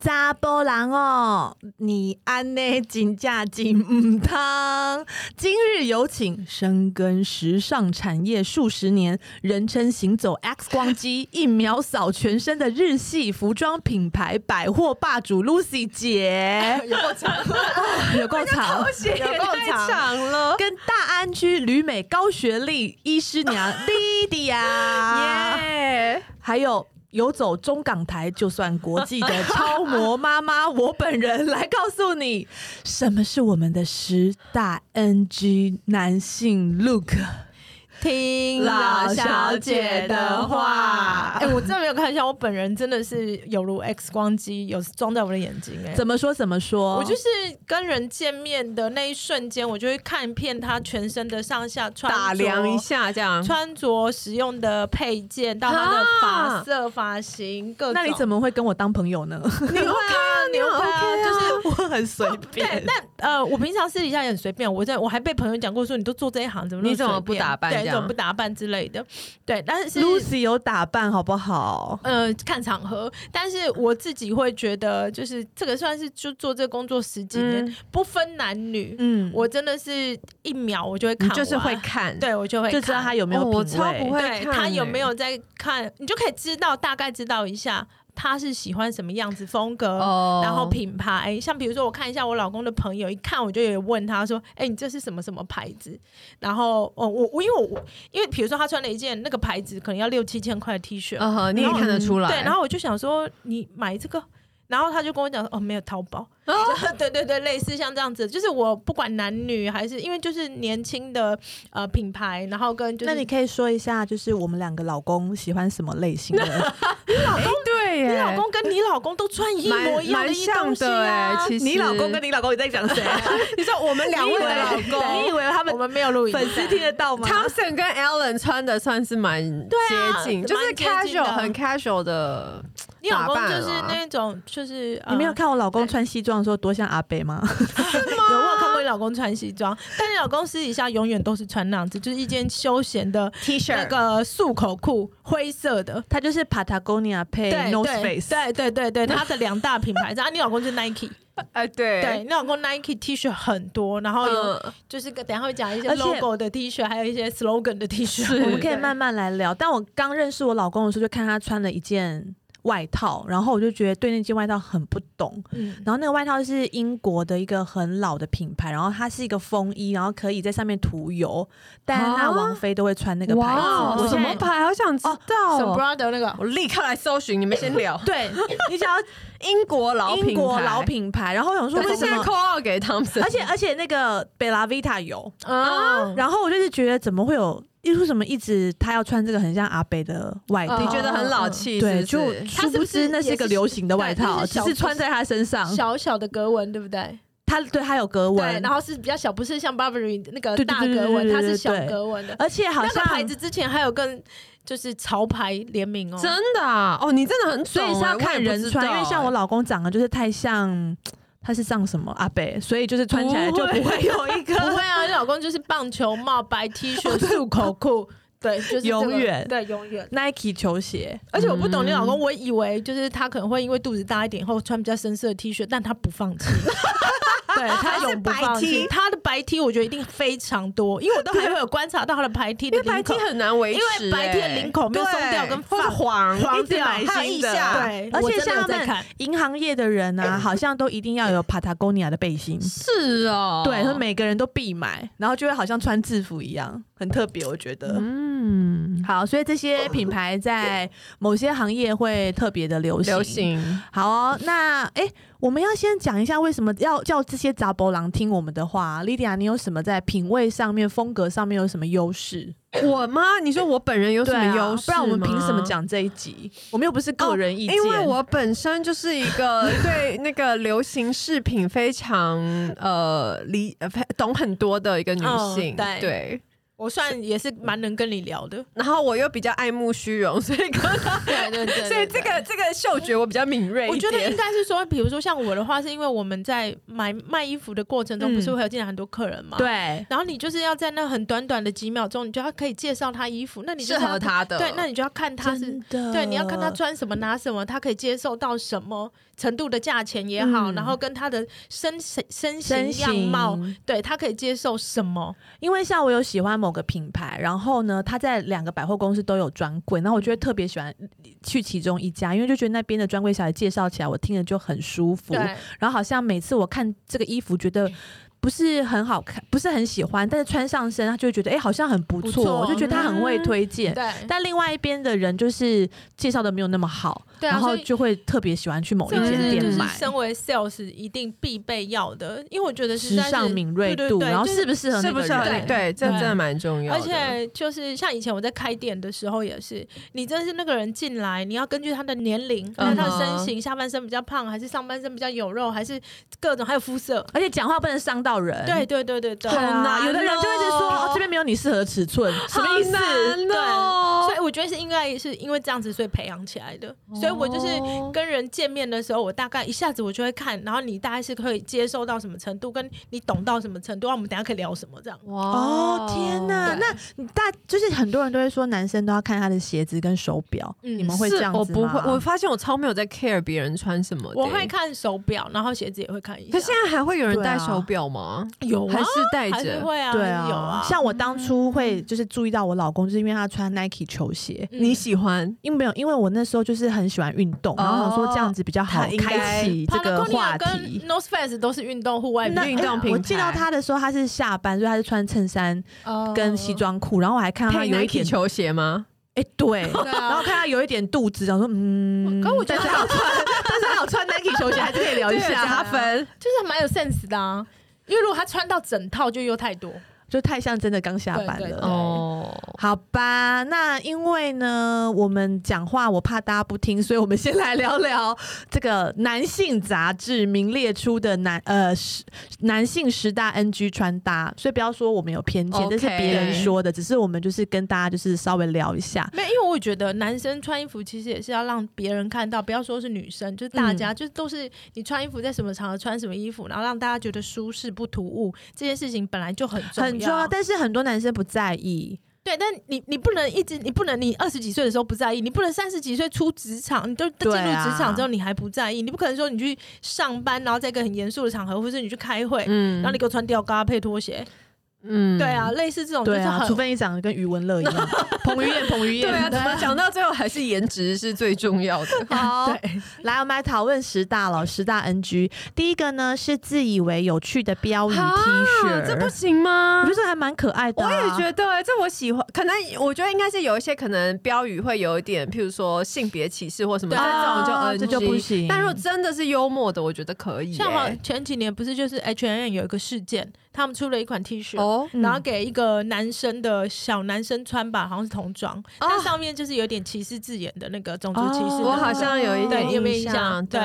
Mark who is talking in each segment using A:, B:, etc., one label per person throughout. A: 查甫人哦，你安内金价金唔汤。今日有请深耕时尚产业数十年，人称行走 X 光机，一秒扫全身的日系服装品牌百货霸主 Lucy 姐，
B: 有够长，
A: 有够长，
B: 有够长了。
A: 跟大安区旅美高学历医师娘 Lydia，
B: 耶！
A: 还有游走中港台就算国际的超模妈妈，我本人来告诉你，什么是我们的十大 NG 男性 look。
B: 听
A: 老小姐的话
B: 哎、我真的没有开玩笑，我本人真的是有如 X 光机，有装在我的眼睛、哎，
A: 怎么说？怎么说？
B: 我就是跟人见面的那一瞬间，我就会看遍他全身的上下穿着
C: 打量一下这样。
B: 穿着使用的配件，到他的发色、发型各种。
A: 那你怎
B: 么？
A: 么会跟我当朋友呢？
B: 你会啊，你会啊，就是。
A: 我很随
B: 对
A: 便，。
B: 但呃，我平常私底下也很随便，我在我还被朋友讲过说，你都做这一行，怎么那
C: 你怎么
B: 随便
C: 不打扮
B: 对，
C: 这
B: 你
C: 样
B: 怎么不打扮之类的？对，但是
A: Lucy 有打扮好不好？
B: 呃，看场合，但是我自己会觉得，就是这个算是就做这个工作十几年，
A: 嗯
B: 不分男女，
A: 嗯，
B: 我真的是一秒我就会
C: 你
B: 看完，
A: 啊
C: 就是会看，
B: 对我就会
A: 就知道
B: 看
A: 他有没有
C: 哦
A: 品味。
C: 我超不会
B: 对
C: 看
B: 他
C: 欸
B: 有没有在看，你就可以知道大概知道一下他是喜欢什么样子风格。
C: 哦
B: 然后品牌，哎像比如说，我看一下我老公的朋友，一看我就有问他说：“哎、你这是什么什么牌子？”然后，哦，我我因为我因为比如说他穿了一件那个牌子可能要六七千块的 T 恤，
C: 嗯哼，你也看得出来。
B: 对，然后我就想说你买这个，然后他就跟我讲说哦没有淘宝， 对对对，类似像这样子，就是我不管男女还是因为就是年轻的呃品牌，然后跟就是
A: 那你可以说一下，就是我们两个老公喜欢什么类型 的？
C: 对耶，
B: 你老公跟你老公都穿一模
C: 蛮
B: 一样的
C: 蛮
B: 衣东
C: 像
B: 西
C: 的
B: 啊
C: 哎，。其实
A: 你老公跟你老公，你在讲谁？
C: 你说我们两位的老
B: 对
C: 公
A: 你以为他
B: 我
A: 们
B: 们没有录影 带，
A: 粉丝听得到吗？
C: ，Thompson 跟 Allen 穿的算是蛮
A: 啊
C: 接近，
B: 蛮
C: 就是
B: 接近的
C: casual 很 casual 的。
B: 你老公
C: 打扮
B: 就是
C: 啊
B: 那种就是
A: 你没有
B: 呃
A: 看我老公穿西装的时候多像阿北吗？
B: 有我有看过你老公穿西装，但你老公私底下永远都是穿那样子，就是一件休闲的
C: T
B: 那个束口裤，灰色的，
A: 他就是 Patagonia 配
B: 对
A: North
B: 对
A: Face，
B: 对对对对，他的两大品牌，然啊后你老公就是 Nike，
C: 哎，对
B: 对，你老公 Nike T 恤很多，然后有
C: 嗯，
B: 就是个等一下会讲一些
A: 而且
B: logo 的 T 恤，还有一些 slogan 的 T 恤，
C: 是
A: 我们可以慢慢来聊。但我刚认识我老公的时候，就看他穿了一件外套，然后我就觉得对那件外套很不懂。
B: 嗯。
A: 然后那个外套是英国的一个很老的品牌，然后它是一个风衣，然后可以在上面涂油，但是他
C: 啊
A: 王菲都会穿那个牌
C: 哇
A: 子。
C: 哦，
A: 啊我
C: 什
A: 现在。
C: 么牌？好想知道
B: 什么
C: 哦。
B: brother 那个
C: 我立刻来搜寻，你们先聊
A: 对你想要
C: 英国老品牌，
A: 英国老，品牌，然后我想说
C: 可
A: 为
C: 是
A: 什
C: 现在
A: 么？
C: call out 给 Thompson，
A: 而且而且那个贝拉维塔有，
B: 啊，
A: 然后我就是觉得怎么会有，为什么一直他要穿这个很像阿北的外套？
B: 哦
C: 你觉得很老气，
A: 对，
C: 是
A: 就
C: 不是
A: 殊不知那是一个流行的外套，
B: 他是
A: 只
B: 不是
A: 是
B: 也是对就是小
A: 穿在他身上，
B: 小小的格纹对不对？
A: 他对他有格
B: 对，
A: 纹
B: 然，后是比较小，不是像 Burberry 那个
A: 对对
B: 大
A: 对对
B: 格
A: 对
B: 纹，
A: 对
B: 它是
A: 对
B: 小
A: 对
B: 格纹的。
A: 而且好
B: 那个
A: 像
B: 牌子之前还有跟就是潮牌联名哦，
C: 真的啊哦，你真的很
A: 所
C: 懂
A: 以
C: 欸，
A: 是要看人穿，因为像我
C: 老
A: 老公长得就是太像，他是像什么阿北，所以就是
C: 欸
A: 穿起来就不会有 一
B: 不
A: 个
B: 会啊，你老公就是棒球帽、白 T 恤、束口裤，对，就是这个
A: 永远
B: 对永远。
A: Nike 球鞋。
B: 而且我不懂你老公，我以为就是他可能会因为肚子大一点后穿比较深色的 T 恤，但他不放弃。对他永不放
C: 还是白
B: 弃，
C: T
B: 他的白 T 我觉得一定非常多，因为我都还会有观察到他的白 T 的
C: 因为白 T
B: 领口
C: 很难维持
B: 因
C: 欸，
B: 为白 T 的领口没有松掉跟
C: 或是
B: 放
C: 黄
B: 黄
C: 一直
B: 掉
C: 买
B: 还有
C: 新
B: 腋
C: 的
B: 下对
A: 而
B: 我
A: 且
B: 真的
A: 像
B: 有
A: 他
B: 在
A: 们
B: 看
A: 银行业的人啊，好像都一定要有 Patagonia 的背心，
C: 是哦，
A: 对，所以每个人都必买，然后就会好像穿制服一样，很特别，我觉得。
C: 嗯
A: 好，所以这些品牌在某些行业会特别的流行。
C: 流。行
A: 好、哦，那哎、诶我们要先讲一下为什么要叫这些杂博郎听我们的话。莉迪亚，你有什么在品味上面、风格上面有什么优势？
C: 我吗？你说我本人有什么
A: 对
C: 优
A: 啊
C: 势？
A: 不然我们凭什么？讲这一集？我们又不是个人意 见。
C: 因为我本身就是一个对那个流行饰品非常呃理呃非懂很多的一个女性，
B: 嗯对
C: 对
B: 我算也是蛮能跟你聊的。
C: 然后我又比较爱慕虚荣，所以跟 他，
B: 对对对
C: 所以这个这个嗅觉我比较敏锐一点。
B: 我觉得应该是说，比如说像我的话，是因为我们在买卖衣服的过程中，
A: 嗯
B: 不是会有进来很多客人嘛？。
A: 对，
B: 然后你就是要在那很短短的几秒钟，你就要可以介绍他衣服，那你就
C: 适
B: 是要
C: 合他的，
B: 对，那你就要看他是
A: 真的，
B: 对，你要看他穿什么、拿什么，他可以接受到什么程度的价钱也好，
A: 嗯
B: 然后跟他的身身身
A: 身
B: 形样貌，
A: 形
B: 对他可以接受什么？
A: 因为像我有喜欢某个品牌，然后呢，他在两个百货公司都有专柜，然后我就会特别喜欢去其中一家，因为就觉得那边的专柜小姐介绍起来，我听着就很舒服。
B: 对，嗯
A: 然后好像每次我看这个衣服，觉得不是很好看，不是很喜欢，但是穿上身，他就会觉得哎、诶好像很不
B: 不
A: 错，
B: 错
A: 我就觉得他很会
C: 嗯
A: 推荐。
B: 对，
A: 但另外一边的人就是介绍的没有那么好，
B: 对啊
A: 然后
B: 所以
A: 就会特别喜欢去某一
B: 这个
A: 间
B: 是
A: 店
B: 就是
A: 买。
B: 身为 sales 一定必备要的，因为我觉得实
A: 时
B: 在是
A: 尚敏锐
B: 对对
A: 度，
B: 对
A: 然后
B: 就
A: 适不适合
C: 适
A: 那
C: 不
A: 个
C: 适合你？
A: 人？
C: 对，这
B: 对
C: 真的蛮重要
B: 而
C: 的。
B: 且就是像以前我在开店的时候也是，你真的是那个人进来，你要根据他的年龄、还有他的
A: 嗯
B: 身形，下半身比较胖，还是上半身比较有肉，还是各种还有肤色。
A: 而且讲话不能伤到人。
B: 对对对对对
A: 对，啊
C: 好难
A: 有的人就会一直说、
C: 哦
A: 哦、这边没有你适合的尺寸，什么意思？
C: 对，
A: 哦
C: 哦
B: 所以我觉得是应该是因为这样子，所以培养起来的。所以我就是
A: 哦
C: 哦
B: 跟人见面的时候，我大概一下子我就会看，然后你大概是可以接受到什么程度，跟你懂到什么程度，啊然后我们等一下可以聊什么这样。
C: 哇
A: 哦天哪！
B: 对
A: 那你大就是很多人都会说男生都要看他的鞋子跟手表，
B: 嗯
A: 你们会
C: 是
A: 这样子
C: 我不
A: 吗
C: 会，我发现我超没有在 care 别人穿什么的。
B: 我会看手表，然后鞋子也会看一下。
C: 可现在还会有人
A: 对啊
C: 戴手表吗？
B: 有啊
C: 还是戴
B: 还是
C: 着？
B: 会啊，
A: 对
B: 有啊，
A: 像我当初会就是注意到我老公，就是因为他穿 Nike 球鞋，
B: 嗯
C: 你喜欢？
A: 因为没有，因为我那时候就是很喜欢运动，然后想说这样子比较好
C: 哦他应该
A: 开启这个
B: Patagonia
A: 话
B: 跟
A: 题。哎
B: North Face 都是运动户外
C: 那
B: 品
C: 运动品
A: 呃我见到他的时候，他是下班，所以他是穿衬衫
B: 呃
A: 跟西。装裤，然后我还看到他
C: 配
A: 有一
C: Nike
A: 点，
C: 球鞋吗？
A: 哎，对，
B: 对啊
A: 然后看他有一点肚子，想说嗯，
B: 可我觉得
A: 但是他有穿，但是他有穿 Nike 球鞋，还是可以聊一
C: 对啊
A: 下
C: 有加。分。
B: 就是蛮有 sense 的啊，因为如果他穿到整套就又太多，
A: 就太像真的刚下班
B: 对对对
A: 了。
C: 哦，
A: 好吧，那因为呢，我们讲话我怕大家不听，所以我们先来聊聊这个男性杂志名列出的男呃十男性十大 NG 穿搭，所以不要说我们有偏见
C: OK
A: 这是别人说的，只是我们就是跟大家就是稍微聊一下。
B: 没有，因为我觉得男生穿衣服其实也是要让别人看到，不要说是女生，就是大
A: 嗯
B: 家、就是都是你穿衣服在什么场合穿什么衣服，然后让大家觉得舒适不突兀，这件事情本来就很重
A: 很重要，但是很多男生不在意，
B: 对，但你你不能一直，你不能你二十几岁的时候不在意，你不能三十几岁出职场，你都进入
A: 对啊
B: 职场之后你还不在意，你不可能说你去上班，然后在一个很严肃的场合，或是你去开会，
C: 嗯
B: 然后你给我穿吊嘎配拖鞋，
C: 嗯
B: 对啊，，类似这种就
A: 对
B: 是
A: 啊，
B: 很
A: 除非你长得跟余文乐一样，彭于晏，彭于
C: 对
A: 晏，
C: 啊，怎么讲到最后还是颜值是最重要的。
A: 好，来，我们来讨论十大了，十大 NG。第一个呢是自以为有趣的标语 T
C: 啊
A: 恤，
C: 这不行吗
A: 我觉？得这还蛮可爱的、
C: 我
A: 啊。
C: 也觉得、这我喜欢。可能我觉得应该是有一些可能标语会有一点，譬如说性别歧视或什么，
B: 对
C: 这种就
A: 啊
C: NG，
A: 这就不行
C: 但如果真的是幽默的，我觉得可以耶、
B: 像好前几年不是就是 H N 有一个事件，他们出了一款 T 恤。
C: 哦，
A: 嗯
B: 然后给一个男生的小男生穿吧，好像是童装，但上面就是有点歧视字眼的那个种族歧视的，
C: 我好像有一
B: 对
C: 点
B: 有没有
C: 印
B: 印
C: 象
B: 象？对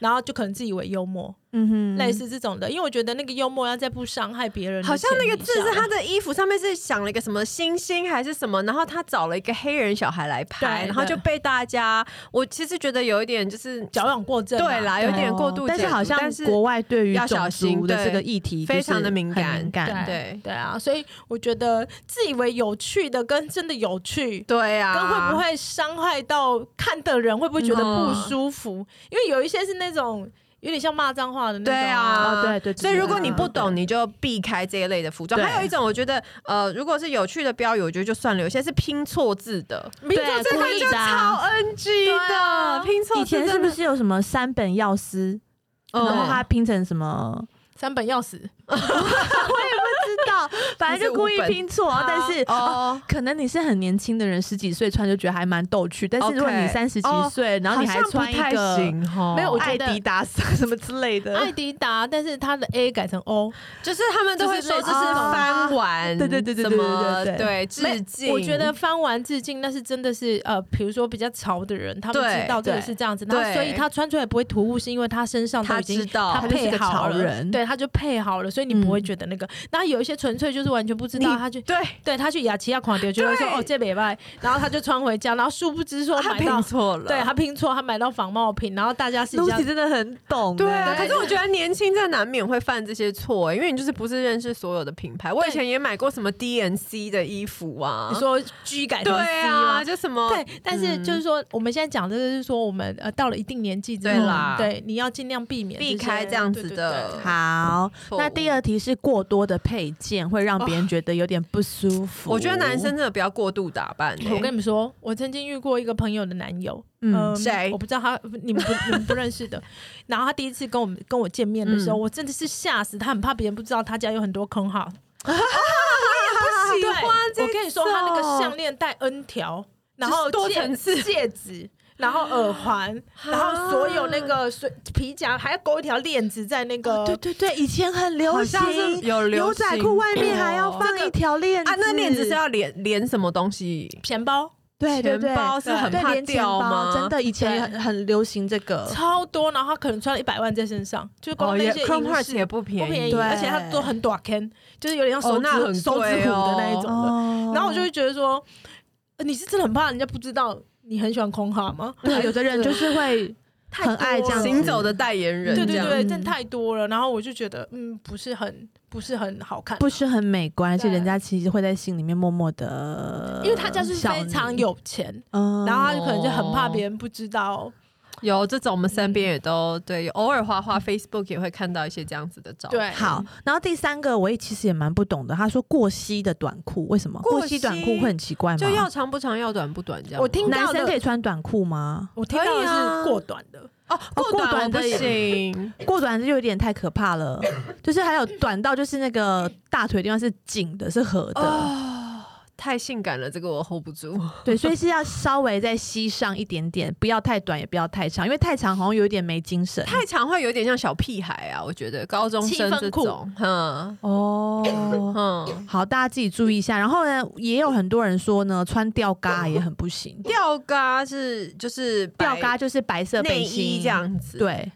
B: 然后就可能自以为幽默，
A: 嗯哼
B: 类。似这种的，因为我觉得那个幽默要在不伤害别人的
C: 好
B: 前提
C: 像
B: 下，
C: 那个字是他的衣服上面是想了一个什么星星还是什么，然后他找了一个黑人小孩来拍，
B: 对
C: 然后就被大家，我其实觉得有一点就是
B: 矫枉过正啊嘛，
C: 对啦，有点过度解
A: 但
C: 读，
A: 是好像
C: 但是
A: 国外对于
C: 要小
A: 种
C: 心
A: 族的
C: 对
A: 这个议题
C: 非常
A: 就是
C: 地敏
A: 很
C: 感
A: 敏感。
C: 对
B: 对啊，所以我觉得自以为有趣的跟真的有趣。
C: 对啊，
B: 跟会不会伤害到看的人，会不会觉得
C: 嗯
B: 不舒服？因为有一些是那种有点像骂脏话的那种、
C: 对啊
A: 哦，对对。
C: 所以如果你不
A: 对
C: 懂，你就避开这一类的服装。
A: 对
C: 还有一种，我觉得呃，如果是有趣的标语，我觉得就算了。有些是拼错字的，
B: 民族
A: 对
B: 这
A: 故
B: 个
A: 意
B: 就
A: 的
C: 超
A: 啊
C: NG
B: 对
C: 的
B: 啊，
C: 拼错
A: 以
C: 字
A: 前是
C: 真
A: 不
C: 的。嗯
A: 是有什么三本药师，然后他拼成什么？
B: 三本钥匙，
A: 知道， 反正就故意拼错，
B: 还是五本
A: 但是哦。
C: 哦，
A: 可能你是很年轻的人，十几岁穿就觉得还蛮逗趣，但是如果
C: OK 哦
A: 你三十几岁，然后你还穿一
C: 好
A: 个
C: 像不太行哦哈，
B: 没有我觉
A: 爱
B: 得
A: 迪达
C: 啊
A: 斯什么之类
C: 呃
A: 的，
B: 艾迪达，但是他的 A 改成 O，
C: 就是他们都会说这
B: 就是是类似
C: 翻完，
A: 哦对对对对
C: 什
A: 对对
C: 么
A: 对对
C: 对
B: 没
C: 致敬。
B: 我觉得翻完致敬，那是真的是呃，比如说比较潮的人，他们
C: 对
B: 知道这个
A: 对
B: 是这样子，
C: 对
B: 然后所以他穿出来不会突兀，是因为他身上都
C: 他
B: 已
C: 知
B: 经
C: 道
A: 他，
B: 配好
A: 他就是个潮
B: 了，
A: 人
B: 对，他就配好了，所以你不会觉得那个。然后有一些纯粹就是完全不知
C: 嗯你
B: 道，他就
C: 对，
B: 对他去雅琪亚狂丢，觉得说
C: 对啊
B: 哦这礼拜，然后他就穿回家，然后殊不知说
C: 他
B: 买到
C: 拼，错了，
B: 对他拼错，他买到仿冒品，然后大家是这样
A: Lucy 真的很懂欸，
C: 对啊，可
B: 对
C: 是我觉得年轻真的难免会犯这些错、欸因为你就是不是认识所有的品牌。我以
B: 对
C: 前也买过什么 DNC 的衣服啊，
B: 你说 G 改成 C
C: 对啊，
B: 吗？
C: 就什么
B: 对，但是就是说，我们现在讲这个是说，我们呃到了一定年纪之
C: 对
B: 后
C: 啦，
B: 对，你要尽量避免
C: 避
B: 些
C: 开这样子
B: 对对
C: 的
B: 对
A: 好，
C: 错
A: 那第二题是过多的配件会让别人觉得有点不舒服。
C: 我觉得男生真的不要过度打扮、欸。
B: 我跟你们说，我曾经遇过一个朋友的男友，
A: 嗯
B: 嗯，
C: 谁
B: 我不知道他，你们不你们不认识的。然后他第一次跟我们跟我见面的时候，
C: 嗯
B: 我真的是吓死，他很怕别人不知道他家有很多坑号。
C: 喜
B: 对，
C: 欢这
B: 我跟你说，他那个项链戴 N 条，然后
C: 多
B: 戒
C: 层次啊
B: 戒指。然后耳环，然后所有那个水皮夹，还要勾一条链子在那
C: 哦
B: 个，
A: 哦对对对，以前很流
C: 好
A: 行，
C: 像是有流
A: 牛仔裤外面还要
C: 哦
A: 放一条链子
C: 啊，那链子是要连连什么东西？
B: 钱包
A: 对对对，
C: 钱包是很
A: 对
C: 怕
A: 连钱
C: 掉
A: 包
C: 吗
A: 真的，以前
B: 对
A: 也很很流行这个。
B: 超多，然后他可能穿了一百万在身上，就是光
C: 呃哦，
B: 那
C: 也
B: 些
C: Chrome
B: 银
C: Hearts
B: 饰
C: 也不便
B: 不便宜，
A: 对
B: 而且它都很短 can，就是有点像手
C: 哦
B: 指、
C: 那很
B: 手指
C: 贵
B: 虎的那一
C: 哦
B: 种的。
A: 哦
B: 然后我就会觉得说，呃你是真的很怕人家不知道你很喜欢空哈吗？
A: 对，有的人就是会
B: 太多
A: 很爱这样
B: 了
A: 子
C: 行走的代言人，
B: 对对
C: 这样
B: 对，
A: 嗯
B: 但太多了。然后我就觉得，嗯，不是很不是很好看，
A: 不是很美观，而且
B: 对
A: 人家其实会在心里面默默的，
B: 因为他家是非常，有钱，
A: 嗯
B: 然后他就可能就很怕别人不知道。
C: 有这种我们身边也都对，偶尔滑滑 Facebook 也会看到一些这样子的照片。
B: 对，
A: 好，然后第三个我也其实也蛮不懂的，他说过膝的短裤为什么？
C: 过
A: 过膝短裤会很奇怪吗？
C: 就要长不长，要短不短这样吗。哦
B: 我听
A: 男
B: 到
A: 生
B: 的
A: 可以穿短裤吗？
B: 我听到
C: 可以
B: 的
C: 啊
B: 是过短 的，
C: 哦，
A: 过
C: 过
A: 短
C: 短
A: 的
C: 不行，
A: 过短就有点太可怕 了，就是还有短到就是那个大腿地方是紧的，是合的，
C: 哦，太性感了，这个我 hold 不住。
A: 对，所以是要稍微再吸上一点点，不要太短，也不要太长，因为太长好像有一点没精神。
C: 太长会有点像小屁孩啊，我觉得高中生这
B: 气氛裤
C: 种，嗯
A: 哦，
C: 嗯，
A: 好，大家自己注意一下。然后呢，也有很多人说呢，穿吊嘎也很不行，
C: 吊嘎是就是
A: 吊
C: 白
A: 嘎就是白色
C: 内
A: 背心
C: 衣这。样子。，
A: 对，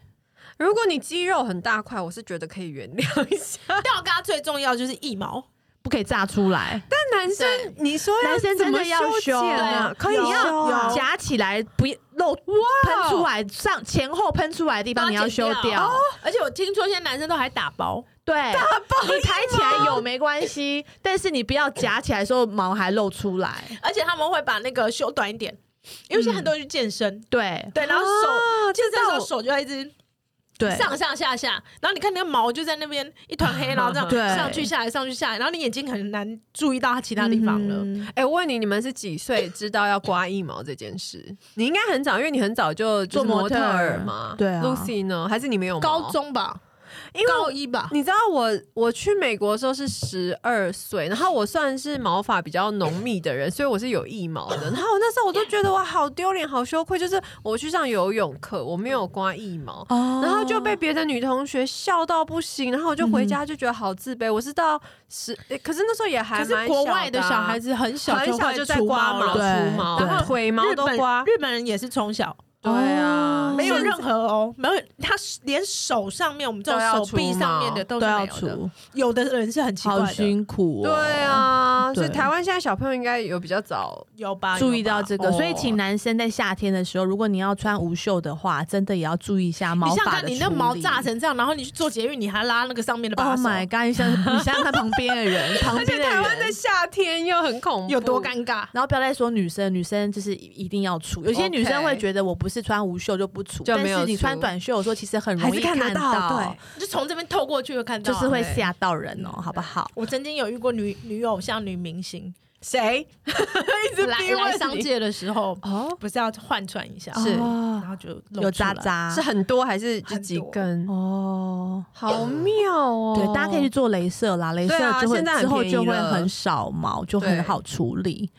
C: 如果你肌肉很大块，我是觉得可以原谅一下。
B: 吊嘎最重要就是一毛，
A: 不可以炸出来。
C: 但男生，你说
A: 男生真的要修
C: 剪啊？
A: 可以
C: 有
A: 要
C: 有
A: 夹起来，不要露喷出来，上前后喷出来的地方你要修
B: 把它剪掉哦
A: 掉。
B: 而且我听说现在男生都还打包，
A: 对，你抬起来有没关系，但是你不要夹起来的时候毛还露出来。
B: 而且他们会把那个修短一点，因为现在很多人去健身，
A: 对
B: 对，然后手、
C: 啊
B: 就是这时
C: 知
B: 候
C: 道
B: 手就要一直
A: 对，
B: 上上下下，然后你看那个毛就在那边一团黑，然后这
A: 对
B: 样上去下来上去下来，然后你眼睛很难注意到它其他地方了。
A: 嗯
C: 哎、我问你，你们是 几岁知道要刮腋毛这件事？你应该很早，因为你很早就就
A: 做
C: 是
A: 模
C: 模
A: 特
C: 特
A: 儿
C: 儿嘛。
A: 对啊
C: ，Lucy 呢？还是你没有毛
B: 高？中吧，
C: 因为
B: 高一吧，
C: 你知道我我去美国的时候是十二岁，然后我算是毛发比较浓密的人，所以我是有腋毛的。然后我那时候我都觉得我好丢脸、好羞愧，就是我去上游泳课，我没有刮腋毛。
A: 哦
C: 然后就被别的女同学笑到不行，然后我就
B: 嗯
C: 回家就觉得好自卑。我是到十，诶可是那时候也还
B: 可
C: 蛮
B: 是
C: 小
B: 国外的
C: 啊
B: 小孩子很小
C: 很
B: 就
C: 小
B: 会
C: 就在
B: 除
C: 刮
B: 毛了
C: 毛、
A: 对。
C: 除毛，
A: 对
C: 然后腿毛
B: 日
C: 都
B: 本
C: 刮。
B: 日本人也是从小
C: 对啊
A: 哦，
B: 没有
C: 现在
B: 任何哦，没有他连手上面我们这
C: 都要
B: 种手
C: 除
B: 臂上面
C: 毛
B: 的都
A: 哦都
B: 是
A: 要
B: 没有的，
A: 除，
B: 有的人是很奇
A: 好
B: 怪的，
A: 辛苦哦。
C: 对啊，所以
A: 对
C: 台湾现在小朋友应该有比较早。
B: 有吧？
A: 注
B: 啊有
A: 意到
B: 吧
A: 这个，
C: 哦
A: 所以请男生在夏天的时候，如果你要穿无袖的话，真的也要注意一下毛
B: 你想想
A: 发
B: 看，
A: 的
B: 你那毛炸
A: 成
B: 成这样，然后你去做捷运，你还拉那个上面的把
A: ，Oh
B: 手
A: my god！你想，你想想看旁边的人，旁边的
C: 台湾的
A: 人。
C: 夏天又很恐怖，
B: 有多尴尬？
A: 然后不要再说女生，女生就是一定要除。有些女生
C: OK
A: 会觉得我不是穿无袖就不除，
C: 就没有
A: 但是你
C: 除
A: 穿短袖的时候，其实很
C: 还
A: 容
C: 是
A: 易
C: 看得到，对，
B: 就从这边透过去就看到
A: 就
B: 啊，
A: 是会
C: 对
A: 吓到人哦，好不好？
B: 我曾经有遇过女女偶像女明星，
C: 谁一直
B: 来
C: 逼问
B: 来
C: 你
B: 商界的时候，
C: 哦，
B: 不是要换穿一下，
C: 是
B: 然
A: 哦
B: 后就露
A: 有
B: 出
A: 渣
B: 来。
A: 渣
C: 是很多还是就几根？
A: 哦，
C: 好妙哦！
A: 对，大家可以去做镭射啦，镭
C: 对啊
A: 射就会、
C: 现在很
A: 之后
C: 便宜
A: 就会
C: 了
A: 很少毛，就很
C: 对
A: 好处理。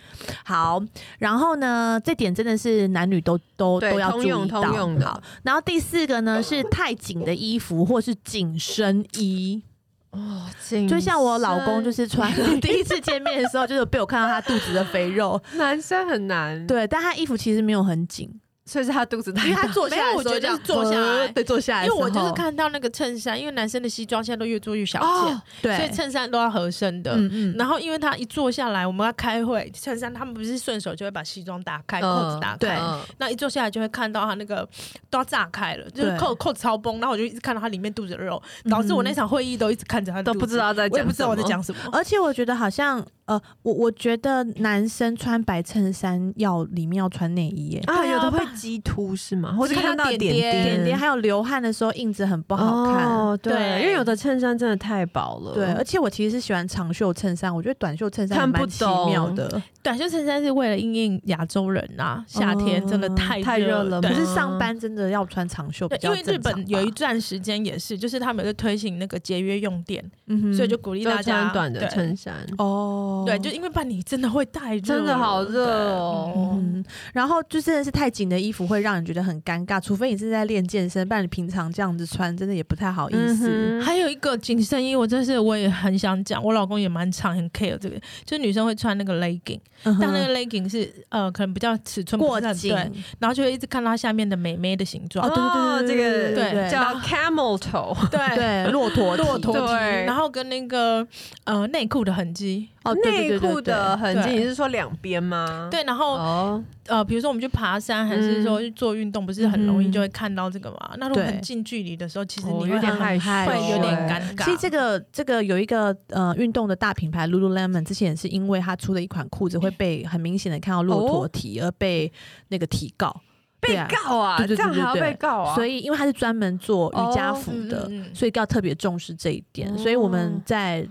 A: 好，然后呢，这点真的是男女都都
C: 对
A: 都要注
C: 通
A: 意
C: 用
A: 到。
C: 通用的
A: 好，然后第四个呢是太紧的衣服或是紧身衣，
C: 哦，紧
A: 就像我老公就是
C: 身
A: 穿第一次见面的 时候，就是被我看到他肚子的肥肉，
C: 男生很难，
A: 对，但他衣服其实没有很紧。
C: 所以是他肚子
A: 因
C: 太
A: 为他
C: 大。
A: 坐下来的时候
B: 没有我觉得
A: 这样
B: 是坐下来
A: 对，坐下来
B: 因
A: 的
B: 为
A: 时候，
B: 我就是看到那个衬衫，因为男生的西装现在都越做越小件
C: 哦，
A: 对，
B: 所以衬衫都要合身的。
A: 嗯嗯，
B: 然后因为他一坐下来，我们要开会，衬衫他们不是顺手就会把西装打开，
C: 嗯
B: 扣子打
A: 对
B: 开。那一坐下来就会看到他那个 都要炸开了，就是
A: 对
B: 扣扣子超崩，然后我就一直看到他里面肚子的肉，导致我那场会议嗯都一直看着他的
C: 都
B: 肚
C: 不
B: 子
C: 知，道在
B: 我也
C: 讲
B: 不知道我在
C: 什么
B: 讲什 么。
A: 而且我觉得好像呃，我我觉得男生穿白衬衫要里面要穿内衣 耶，
C: 啊，
B: 对啊
C: 有的会
B: 不然
C: 鸡突是吗？或者
B: 鸡
C: 看到
B: 点
C: 点
B: 点
A: 点点
C: 点
A: 还有流汗的时候印子很不好看。
C: 哦，对，
B: 对
C: 因为有的衬衫真的太薄了，
A: 对，而且我其实是喜欢长袖衬衫，我觉得短袖衬衫也
C: 看不
A: 蛮奇妙的。
B: 短袖衬衫是为了应应亚洲人啊，夏天真的
A: 嗯
B: 太
C: 太热了
B: 对
A: 可
C: 吗
A: 是上班真的要穿长袖比较
B: 对，因为日
A: 正常吧
B: 本有一段时间也是，就是他们在推行那个节约用电，
A: 嗯哼
B: 所以就鼓励
C: 就
B: 大家
C: 穿短的
B: 对
C: 衬衫，
A: 哦，
B: 对，就因为办理真的会太热，
C: 真的好热
B: 对
C: 哦。
A: 嗯，然后就真的是太紧的衣服会让人觉得很尴尬，除非你是在练健身，不然你平常这样子穿真的也不太好意思。
B: 嗯
C: 嗯哼，
B: 还有一个紧身衣，我真是我也很想讲，我老公也蛮常很 care 这个，就是女生会穿那个 legging，
A: 嗯哼
B: 但那个 legging 是呃可能比较尺寸不
A: 过
B: 是很
A: 紧，
B: 对，然后就会一直看到它下面的美眉的形状，
A: 哦对
C: 哦
A: 对
C: 这
A: 对
C: 个
B: 对对
C: 叫 camel toe，
B: 对
A: 对 骆驼
B: 骆
A: 体
B: 驼
C: 对
B: 体，然后跟那个呃内裤的痕迹，
A: 哦对对
C: 内
A: 对对
C: 裤的痕迹，
B: 对
C: 你是说两边吗？
B: 对，然后
C: 哦，
B: 呃，比如说我们去爬山，还是说去做运动，不是很容易就会看到这个嘛？那如果
A: 对
B: 很近距离的时候，其实
C: 哦
B: 你
C: 有
B: 会
C: 点
B: 很
C: 害
A: 害
C: 羞，
B: 会有点
A: 羞欸
B: 尴尬。
A: 其实这个这个有一个呃运动的大品牌 Lululemon 之前也是因为它出的一款裤子会被很明显的看到骆驼体而被那个提告，
C: 被
A: 对啊
C: 告啊，
A: 对对对
C: 这样还要
A: 对对
C: 被告啊，
A: 所
C: 以
A: 以因为它是专门做瑜伽
C: 哦
A: 服
B: 嗯
A: 的，
B: 嗯嗯
A: 所以要特别重视这一点。
C: 哦
A: 所以我们在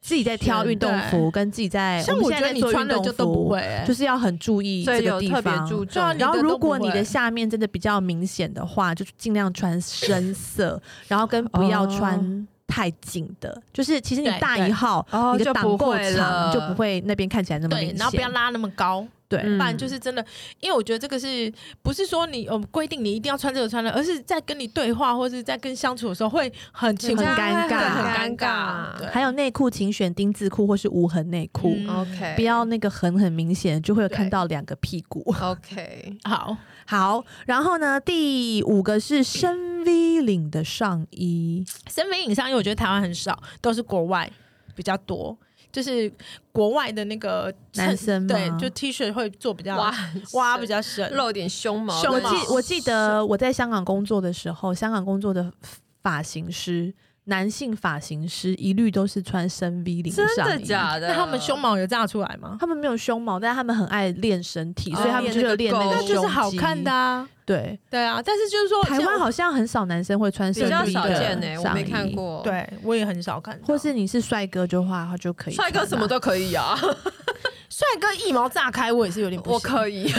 A: 自己在挑运动服，跟自己在
B: 哦像
A: 我
B: 哎
A: 们
B: 我觉
A: 现在
B: 得
A: 在
B: 你
A: 做
B: 穿
A: 运
B: 了
A: 动
B: 就都不
A: 服
B: 会、欸
A: 就，是要很注意
C: 所
A: 这
C: 以
A: 个
C: 有
A: 地
C: 特别注
A: 方。
C: 重
B: 对啊。
A: 然后，
B: 你的都
A: 如果
B: 不
A: 你
B: 会
A: 的下面真的比较明显的话，就尽量穿深色，然后跟不
C: 哦
A: 要穿太紧的。就是其实你
B: 对
A: 大
B: 对
A: 一号，
C: 哦
A: 你的
C: 就
A: 档
C: 不
A: 够
C: 会
A: 长，
C: 了
A: 就不会那边看起来那么明
B: 对
A: 显。，
B: 然后不要拉那么高，
A: 对，
B: 不
C: 嗯
B: 然就是真的，因为我觉得这个是不是说你呃规定你一定要穿这个穿那个，而是在跟你对话或是在跟相处的时候会很情
A: 很
B: 况
A: 尴尬
B: 对很尴
C: 很尬
B: 尬。对
A: 还有内裤，请选丁字裤或是无痕内裤。
B: 嗯
C: OK，
A: 不要那个痕很明显，就会有看
B: 对
A: 到两个屁股。
C: OK，
B: 好，
A: 好，然后呢，第五个是深 V 领的上衣，
B: 深 V 影像，因为我觉得台湾很少，都是国外比较多，就是国外的那个衬
A: 男生吗
B: 对，就 T 恤会做比较
C: 哇
B: 挖比较深，
C: 露点胸毛
B: 胸
C: 的
A: 我
C: 那
B: 毛
C: 种，
A: 记我记得我在香港工作的时候，香港工作的发型师，男性发型师一律都是穿深 V 领
C: 真
A: 上
C: 的
A: 衣。
C: 假的？
B: 那他们胸毛有炸出来吗？
A: 他们没有胸毛，但他们很爱练身体，
C: 哦
A: 所以他们就是练那个
C: 那
B: 那
A: 胸肌。
C: 就
B: 就是好看的啊，
A: 对，
B: 对啊。但是就是说，
A: 台湾好像很少男生会穿
C: 比
A: 深 V
C: 较
A: 的
C: 少见
A: 呢
C: 呢，，我没看。过。
B: 像我，对我也很少看到，
A: 或是你是帅哥就话，他就可以
C: 帅哥
A: 穿
C: 什么
A: 啊
C: 都可以啊，
B: 帅哥一毛炸开，我也是有点不
C: 我
B: 行
C: 可以。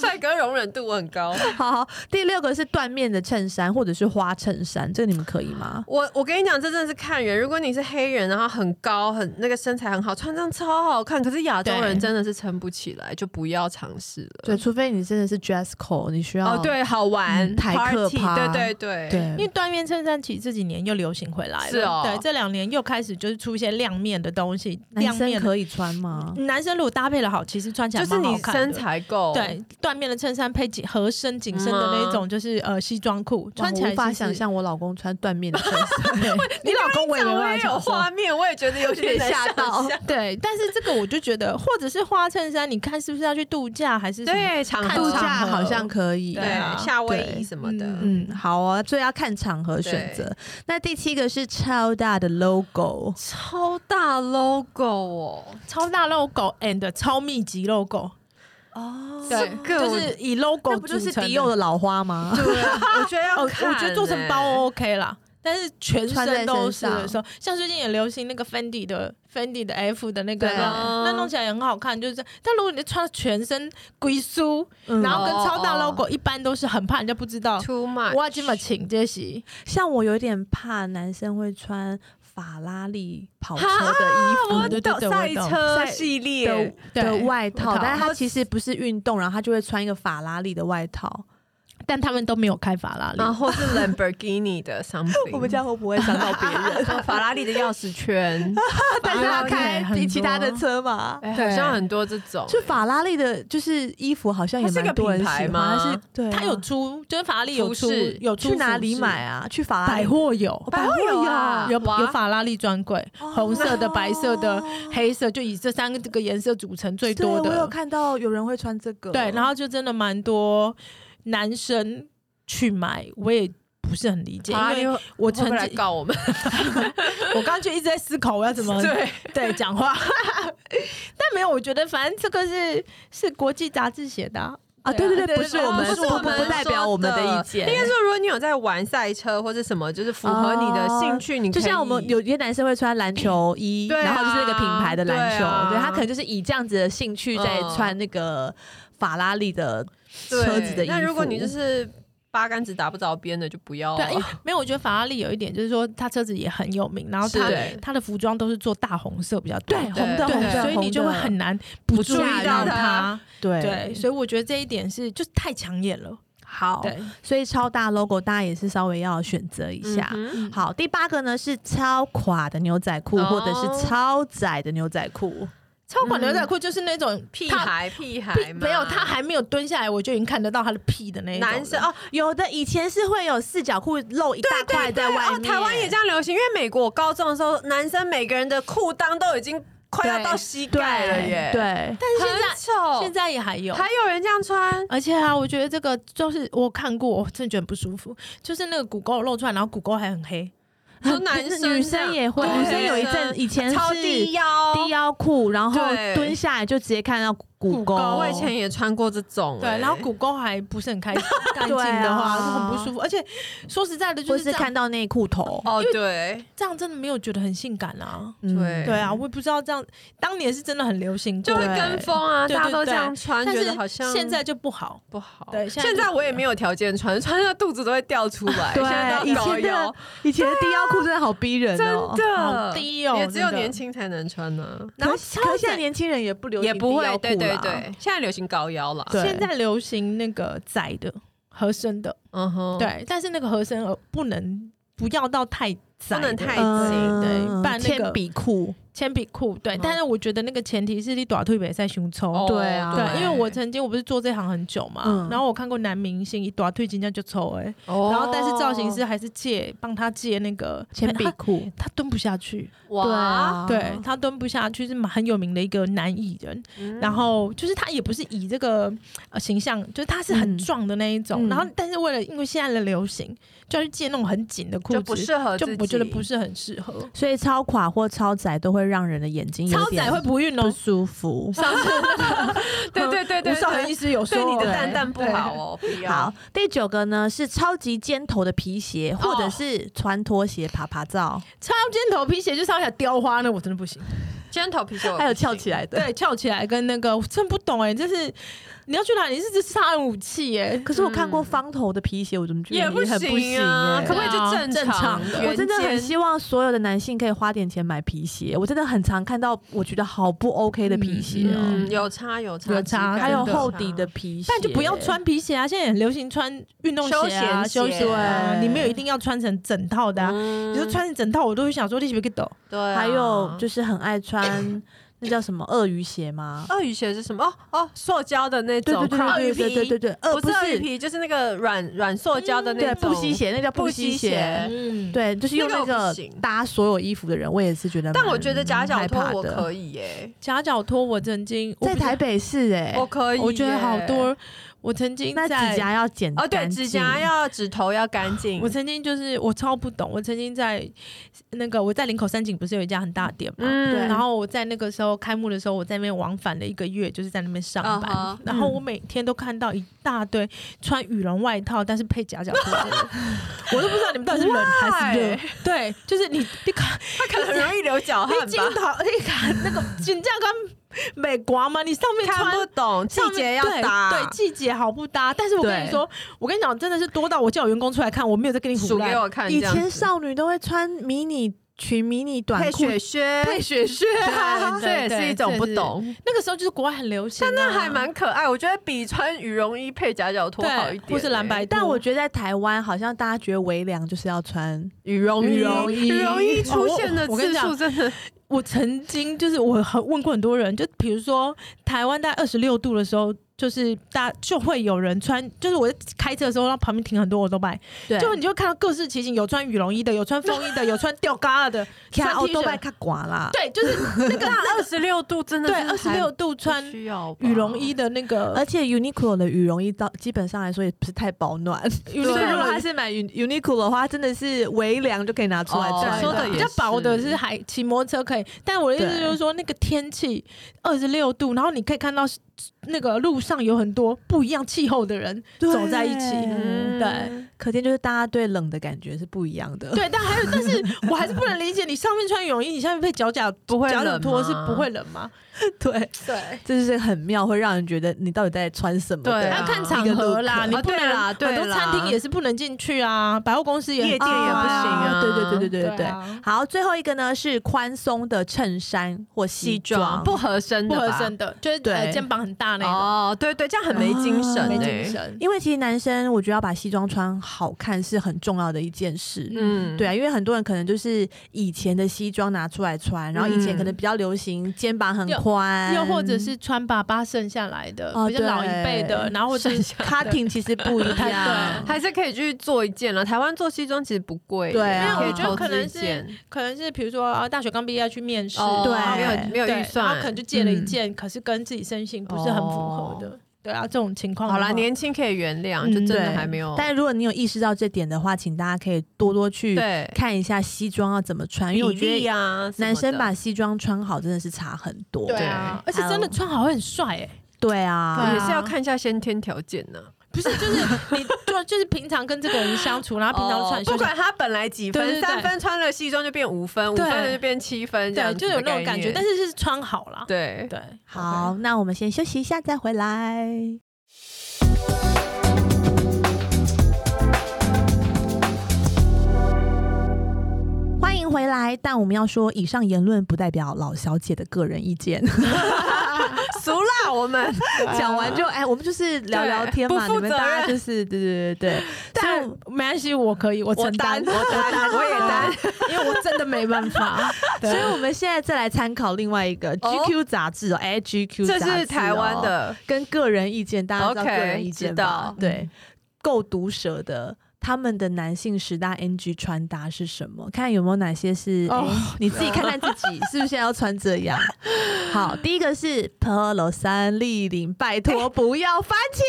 C: 帅哥容忍度我很高。
A: 好好，第六个是缎面的衬衫或者是花衬衫，这个你们可以吗？
C: 我我跟你讲，这真的是看人。如果你是黑人，然后很高，很那个身材很好，穿这样超好看。可是亚洲人
B: 对
C: 真的是撑不起来，就不要尝试了。
A: 对，除非你真的是 dress code，你需要
C: 哦，对，好玩
A: 嗯，台客
C: party，
A: 趴
C: 对对对
A: 对，
B: 因为缎面衬衫其实这几年又流行回来了，
C: 是哦
B: 对，这两年又开始就是出一些亮面的东西，
A: 男
B: 亮
A: 生
B: 面
A: 可以穿吗？
B: 以，男生如果搭配的好，其实穿起来
C: 就是
B: 蛮
C: 你
B: 好看的
C: 身材够，
B: 对，缎面的衬衫配紧合身紧身的那一种，就是呃西装裤，穿起
A: 哇
B: 来
A: 我无法
B: 其实
A: 想。象我老公穿缎面的衬衫，
B: 你老公我
C: 这样我也有
B: 想象
C: 画面，我也觉得有点
A: 有点吓
C: 吓
A: 到
C: 到。
B: 对，但是这个我就觉得，或者是花衬衫，你看是不是要去度假还是什么？
C: 对，场
B: 看
A: 度
C: 合
A: 假好像可以。
C: 对
B: 对啊
C: 夏威夷
A: 对
C: 什么的，
B: 嗯
A: 嗯，好啊，所以要看场合选择。那第七个是超大的 logo，
C: 超大 logo 哦，
B: 超大 logo and 超密集 logo，
A: 哦
B: 对，
C: 个
B: 就
C: 我
B: 是以 logo
A: 那不就是
B: 组成的
A: 迪奥的老花吗？
C: 对啊，我觉得
B: 哦，
C: 要
B: 我
C: 看欸
B: 觉得做成包哦 OK 啦，但是全
A: 穿在
B: 身都
A: 身
B: 是的
A: 上
B: 时候，像最近也流行那个 Fendi 的 Fendi 的 F 的那个
A: 对啊
C: 欸。
B: 嘛，
C: 哦
B: 那弄起来也很好看，就是这样。但如果你穿全身龟苏，
A: 嗯
B: 然后跟超大
C: 哦哦
B: logo 一般都是很怕人家不知道。
C: too much，
B: 我这么请这些，
A: 像我有点怕男生会穿法拉利跑车
C: 哈
A: 的衣服，
C: 我
B: 对对
C: 懂
B: 对
C: 赛
B: 我懂
C: 车
A: 赛
C: 系
A: 的
C: 列，
B: 对
A: 的外套，
B: 外套
A: 但是他其实不是运动，然后他就会穿一个法拉利的外套，
B: 但他们都没有开法拉利。
C: 然后是 Lamborghini 的 something，
A: 我们这样会不会伤到别人？
C: 哦 法拉利的钥匙圈，
A: 但是要
B: 拉利
A: 开
B: 很
A: 比其他的
B: 多
A: 车嘛？
C: 哎，好
B: 对
C: 像很啊多这种，
A: 就法拉利的，就是衣服好像也
C: 它是一
A: 蛮
C: 个
A: 多人
C: 品
A: 喜
C: 牌
A: 欢，
C: 吗
A: 它是对啊，
B: 他有出，就是法拉利有出
C: 服饰，
B: 有出
A: 去哪里
B: 服饰
A: 买？啊？去法拉利
B: 百货有
A: 哦。百货有啊
B: 有
C: 哇哦
B: 有法拉利专柜，
A: 哦
B: 红色的、白色的、黑色，就以这三个这个颜色组成最多
A: 对我有
B: 的。
A: 看到有人会穿这个，
B: 对，然后就真的蛮多男生去买，我也不是很理解，
C: 法拉利
B: 因为
C: 会
B: 我
C: 啊会
B: 曾
C: 不会来
B: 经
C: 告我们，
B: 我刚刚就一直在思考我要怎么
C: 对，
B: 对讲话，但没有，我觉得反正这个是是国际杂志写的啊，
A: 啊，
B: 对
A: 对对
B: 啊
A: 对，不
B: 对
A: 是
B: 对
A: 我们
B: 不是
A: 不
B: 我
A: 不
B: 们
A: 不代表
C: 说
A: 我们的
C: 的
A: 意见，
C: 应该说，如果你有在玩赛车或者什么，就是符合你的兴趣，你
A: 就
C: 可以
A: 像我们有些男生会穿篮球衣，
C: 对啊
A: 然后就是那个品牌的篮球，
C: 对啊
A: 对他可能就是以这样子的兴趣在
C: 嗯
A: 穿那个法拉利的
C: 对
A: 车子的衣服。
C: 那如果你就是八竿子打不着边的，就不要啊。
B: 对啊，因为没有，我觉得法拉利有一点就是说，它车子也很有名，然后
C: 是
B: 它
C: 对
B: 它的服装都是做大红色比较多
A: 对，
C: 对
A: 红的
C: 对
A: 红
B: 对，
A: 的，
B: 所以你就会很难
A: 不
B: 不注
A: 注
B: 意
A: 意到
B: 到它
C: 它。
A: 对
B: 对，所以我觉得这一点是就是太抢眼了。
A: 好，
B: 对，
A: 所以超大 logo 大家也是稍微要选择一下。
C: 嗯哼
A: 好，第八个呢是超垮的牛仔裤，
C: 哦
A: 或者是超窄的牛仔裤。
B: 超款牛仔裤就是那种
C: 屁
B: 他
C: 孩屁孩
B: 屁
C: 嘛
B: 没有，他还没有蹲下来，我就已经看得到他的屁的那一种了
C: 男生哦。
A: 有的以前是会有四角裤露一大块在外
C: 哦，
A: 面，
C: 台湾也这样流行，因为美国我高中的时候，男生每个人的裤裆都已经快要到膝盖了耶，，
A: 对，
B: 但是现
C: 很
B: 在
C: 丑，
B: 现在也还有，
C: 还有人这样 穿，
B: 而且啊，我觉得这个就是我看过，我真的觉得很不舒服，就是那个骨沟露出来，然后骨沟还很黑，
C: 说男生
A: 女生也会，
C: 对
A: 女生有一阵以前是
C: 超低腰，
A: 低腰裤，然后
C: 对
A: 蹲下来就直接看到骨
B: 骨
A: 沟
B: 沟。
C: 我以前也穿过这种、
B: 对，
C: 哎
B: 然后骨沟还不是很 开干净
A: 对
B: 的话，
A: 啊
B: 就很不舒服。而且说实在的，就
A: 或
B: 是这
A: 是看
B: 样，
A: 到内裤头，
C: 哦对，
B: 这样真的没有觉得很性感啊。
A: 嗯
C: 对
B: 对啊，我也不知道这样，当年是真的很流行过，
C: 就会跟风啊，
B: 对对
C: 大家都这样穿，
B: 但
C: 觉得
B: 是
C: 好像
B: 现在就不好。
C: 不好。
B: 对现在
C: 现在我也没有条件穿，穿到肚子都会掉出来。
A: 对
C: 现在都要
A: 以
C: 高
A: 前的
C: 腰，
A: 以前的低腰裤真的好逼人
C: 真
A: 哦。
C: 的
B: 好低哦
C: 也只有
B: 真的
C: 年轻才能穿呢、
A: 然后，
B: 超
A: 可是现在
B: 窄
A: 年轻人也不流行
C: 也不
A: 低腰裤
C: 会。对对
A: 啦
C: 对，现在流行高腰啦。
A: 对
B: 现在流行那个窄的合身的，
C: 嗯哼，
B: 对，但是那个合身呃不能不要到太窄的，
C: 不能太
A: 嗯，
B: 对，办那
A: 铅
B: 个
A: 笔 裤，
B: 铅笔裤，对，
C: 嗯
B: 但是我觉得那个前提是你短腿别在胸抽。
C: 哦
A: 对啊
B: 对，因为我曾经我不是做这行很久嘛，
A: 嗯
B: 然后我看过男明星一短腿金这样就抽哎、
C: 哦
B: 然后但是造型师还是借帮他借那个
A: 铅笔
B: 他
A: 裤，
B: 他蹲不下去，
A: 对
C: 哇，
A: 啊，
B: 对他蹲不下去是蛮很有名的一个男艺人，
C: 嗯
B: 然后就是他也不是以这个呃形象，就是他是很
A: 嗯
B: 壮的那一种，
A: 嗯
B: 然后但是为了因为现在的流行，就要去借那种很紧的裤
C: 就
B: 子，
C: 不适合自
B: 就
C: 己，
B: 我觉得不是很适合，
A: 所以超垮或超窄都会让人的眼睛有
B: 超
A: 点
B: 窄会不孕
A: 不
B: 哦。
A: 舒服。
C: 上次对对对对
B: 吴少恒医
C: 对，
B: 师有说
C: 对你的
B: 对
C: 蛋蛋不
B: 对
C: 好哦，不要。
A: 好，第九个呢是超级尖头的皮鞋，或者
B: 哦
A: 是穿拖鞋爬爬照，
B: 超尖头皮鞋就是要想雕花呢，我真的不行。
C: 今天头皮鞋我
A: 还有
C: 不行
A: 翘起来的。
B: 对，翘起来跟那个，我真不懂哎、就是你要去哪里？是这是杀人武器欸耶、
A: 可是我看过方头的皮鞋，我怎么觉得
C: 也
A: 很不行
C: 啊，
A: 欸
C: 可不可以就
B: 对啊
C: 正
B: 正常的
C: 原
A: 我真的很
C: 件
A: 希望所有的男性可以花点钱买皮鞋，我真的很常看到我觉得好不 OK 的皮鞋哦，
C: 嗯，有差有差，
B: 有差
C: 质感
A: 还有
B: 真的
A: 厚底的，皮鞋，
B: 但就不要穿皮鞋啊！现在也很流行穿运动鞋啊、
C: 休
B: 休
C: 闲鞋
B: 闲鞋啊，你没有一定要穿成整套的啊。
C: 嗯
B: 你说穿成整套，我都会想说你是不是抖？
C: 对啊，
A: 还有就是很爱穿那叫什么鳄鱼鞋吗？
C: 鳄鱼鞋是什么？哦哦，塑胶的那
A: 对
C: 种
A: 对对
C: crop
A: 对对对对对，鳄
C: 呃不是鳄鱼皮，就是那个软软塑胶的
A: 对
C: 那种
A: 布鞋，鞋，那叫布
C: 布
A: 鞋
C: 吸鞋。
B: 嗯，
A: 对，就是用
C: 那
A: 那
C: 个我
A: 个
C: 不行
A: 搭所有衣服的人，我也是觉得蛮，
C: 但我觉得夹脚拖我
A: 蛮害怕的
C: 可以耶，
B: 夹脚拖我曾经
A: 在台，北市
B: 嗯
A: 哎、
C: 我可以耶，
B: 我不知道我觉得好多，我曾经
A: 那
B: 在
A: 指甲要剪
C: 哦，对，
A: 干
C: 指
A: 净
C: 甲要指头要干净
B: 我。曾经就是我超不懂，我曾经在那个我在林口三井不是有一家很大的店嘛，
C: 嗯
A: 对
B: 然后我在那个时候开幕的时候，我在那边往返了一个月，就是在那边上班。
C: 嗯哼
B: 然后我每天都看到一大堆穿羽绒外套，但是配夹脚拖的人，我都不知道你们到底是冷还是热
C: Why？。
B: 对，就是你你看
C: 他可能很容易流脚汗
B: 你金
C: 吧，
B: 头你看那个紧张跟美国嘛，你上面
C: 看
B: 穿
C: 不懂季
B: 上面
C: 节要
B: 对对
C: 搭，
B: 季节好不搭。但是我跟你
A: 对
B: 说，我跟你讲，真的是多到我叫我员工出来看，我没有在跟你胡
C: 数
B: 乱
C: 给。我看，
A: 以
C: 这样
A: 前
C: 子
A: 少女都会穿迷你裙、迷你短
C: 配
A: 裤、
C: 雪靴，
A: 配雪靴啊，
B: 对嗯
C: 这也是一种不懂，
B: 那个时候就是国外很流行、啊，
C: 但那还蛮可爱。我觉得比穿羽绒衣配夹脚拖
B: 对
C: 好一点，欸
B: 或是蓝白兔。
A: 但我觉得在台湾好像大家觉得微凉就是要穿
C: 羽绒衣，
A: 羽绒衣
C: 羽绒衣出现的
B: 哦我我跟
C: 次
B: 你讲
C: 数真的
B: 我曾经就是我很问过很多人，就比如说台湾大概二十六度的时候，就是大就会有人穿，就是我在开车的时候，然后旁边停很多我都拜，
A: 对
B: 就你就会看到各式其形，有穿羽绒衣的，有穿风 衣的，有穿吊嘎啦的，穿
A: 看欧
B: T
A: 都拜
B: 恤，
A: 卡寡啦。
B: 对，就是那 个
C: 二十六度，真的
B: 对
C: 是
B: 二十六度穿
C: 还不需要吧
B: 羽绒衣，的那个
A: 而且 Uniqlo 的羽绒衣到基本上来说也不是太保暖，
B: 羽
A: 所以如
B: 绒
A: 果他是买 Uni- Uniqlo 的话，真的是微凉就可以拿出来
C: 哦
A: 穿。
C: 说的也
B: 比较薄的
C: 是
B: 是还骑摩托车可以，但我的意思
A: 对
B: 就是说，那个天气二十六度，然后你可以看到是那个路上有很多不一样气候的人
A: 对
B: 走在一起。
A: 嗯
B: 对。
A: 可见就是大家对冷的感觉是不一样 的。
B: 对，但还有，但是我还是不能理解，你上面穿羽绒衣，你下面配脚脚
C: 不会
B: 脚脚
C: 冷
B: 拖是
C: 吗
B: 不会冷吗？
A: 对，
B: 对，
A: 这就是很妙，会让人觉觉得你到底在穿什么的。
C: 对啊
B: 要看场
A: 一个
B: 合
A: look
B: 啦，你
C: 啊
B: 不
C: 对
B: 能
C: 啦对
B: 很多餐厅
C: 啦
B: 也是不能进去啊，百货公司也
C: 夜店也不行啊
A: 对对对对对对
B: 对
A: 对。
B: 啊
A: 好，最后一个呢是宽松的衬衫或西
C: 西装不合身
B: 不
C: 的吧，
B: 合身的，就是
A: 对
B: 呃肩膀很大那种，
C: 哦，对对，这样很没精神、欸，
B: 没精神。
A: 因为其实男生我觉得要把西装穿好看是很重要的一件事。
C: 嗯，
A: 对啊，因为很多人可能就是以前的西装拿出来穿，然后以前
C: 嗯
A: 可能比较流行肩膀很宽，
B: 又或者是穿爸爸剩下来的，
A: 哦
B: 比较老一辈的，
A: 对
B: 然后或者是
A: cutting 其实不一样
B: 对。
C: 还是可以去做一件了。台湾做西装其实不贵耶，
A: 对啊
C: 可以
A: 因为我觉
B: 得
C: 投
B: 可
C: 资
B: 能
C: 一
B: 是
C: 件
B: 可能是比如说啊，大学刚毕业要去面试，
C: 哦
A: 对
C: 没有没有
B: 对嗯
C: 预
B: 然
C: 算，
B: 后可能就借了一件，可是跟自己身形不是很符合的，对啊，这种情况的
C: 哦好
B: 话
C: 啦，年轻可以原谅，
B: 嗯
C: 就真的
A: 对
C: 还没有。
A: 但如果你有意识到这点的话，请大家可以多多去
C: 对，
A: 看一下西装要怎么穿，因为我觉
C: 比例
A: 得
C: 啊，什么
A: 男生
C: 的
A: 把西装穿好真的是差很多。
B: 对啊，而且真的穿好会很帅哎，
A: 对啊
B: 对，
C: 也是要看一下先天条件呢。
B: 不是就是你就就是平常跟这个人相处，然后啊平常
C: 哦
B: 穿
C: 不管他本来几
B: 对
C: 分，
B: 对对
C: 三分穿了西装就变五分，五
B: 对
C: 分就变七分，这
B: 对，
C: 样子
B: 就有
C: 的
B: 那种感觉，
C: 概念
B: 但是是穿好啦，
C: 对，啊
B: 对，
A: 好，那我们先休息一下再回来。欢迎回来，但我们要说，以上言论不代表老小姐的个人意见。
C: 俗辣我 们
A: 讲完就哎，我们就是聊聊天嘛，
C: 啊对不负
A: 你们大
C: 责
A: 家
C: 任
A: 就是对对对对，所
B: 但
A: 以
B: 没关系，我可以，我承担，
C: 我担，我也担。
B: 因为我真的没办法。
A: 所以
B: 对
A: 我们现在再来参考另外一个
C: 哦
A: GQ 杂志哦，哎 GQ
C: 这
A: 杂志
C: 是台湾
A: 哦
C: 的，
A: 跟个人意见，大家知道
C: OK，
A: 个人意见吧
C: 知道嗯
A: 对，购毒蛇的。他们的男性十大 NG 穿搭是什么？看有没有哪些是、
B: 哦
A: 诶你自己看看自 己是不是现在要穿这样。好，第一个是 Polo 三立领，拜托不要翻起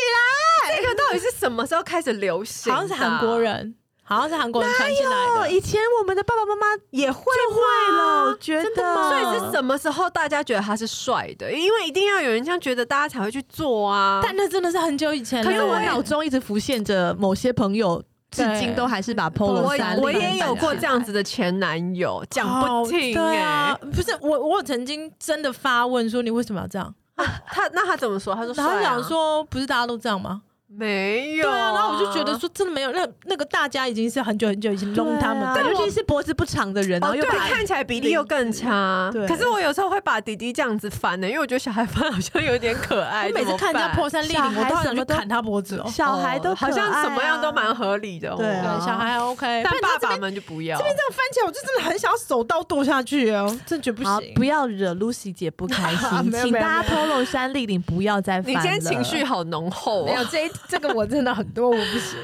C: 这个到底是什么时候开始流行？
B: 好像是韩国，人，好像是韩国人穿进
A: 来。哦，
B: 来的。
A: 以前我们的爸爸妈妈也会会了，我觉
B: 真的
A: 得。
B: 吗
C: 所以是什么时候大家觉得他是帅的？因为一定要有人这样觉得，大家才会去做啊。
B: 但那真的是很久以前了。
A: 可是我脑中一直浮现着某些朋友，至
B: 对
A: 今都还是把
B: 我哦
A: Polo 三立
C: 我
A: 领
C: 也有过这样子的前男友，讲不听
B: 好对
C: 哎、
B: 啊，不是我，我有曾经真的发问说你为什么要这样？
C: 欸啊他那他怎么说？他啊说、
B: 然后想说不是大家都这样吗？
C: 没有、
B: 对啊，然后我就觉得说真的没有，那那个大家已经是很久很久以前弄他们
A: 对啊
B: 的，
A: 尤其是脖子不长的人，然后
C: 哦，
A: 又，
C: 对
A: 把
C: 看起来比例又更差。
A: 对
C: 可是我有时候会把弟弟这样子翻呢、因为我觉得小孩翻好像有点 可爱。
B: 我每次看人家
C: 怎么
B: 破
C: 办
B: 三立领，
A: 小
B: 我都
A: 孩
B: 想
A: 什
B: 去
A: 么都
B: 砍他脖子哦。
A: 小孩都
C: 哦
A: 可爱
C: 好
A: 啊
C: 像什么样都蛮合理的、哦。
A: 对
B: 对，
A: 啊
B: 小孩还 OK，
C: 但
B: 不然
C: 爸
B: 他这
C: 爸
B: 边
C: 们就不要。
B: 这边这样翻起来，我就真的很想要手刀剁下去哦，真的觉得不
A: 好
B: 行，。
A: 不要惹 Lucy 姐不开心，
B: 没有
A: 请
B: 没有
A: 大家 Polo 衫立领不要再翻
C: 你今天
A: 了
C: 情绪好浓厚
B: 没有
C: 哦。
B: 这一这个我真的很多我不行，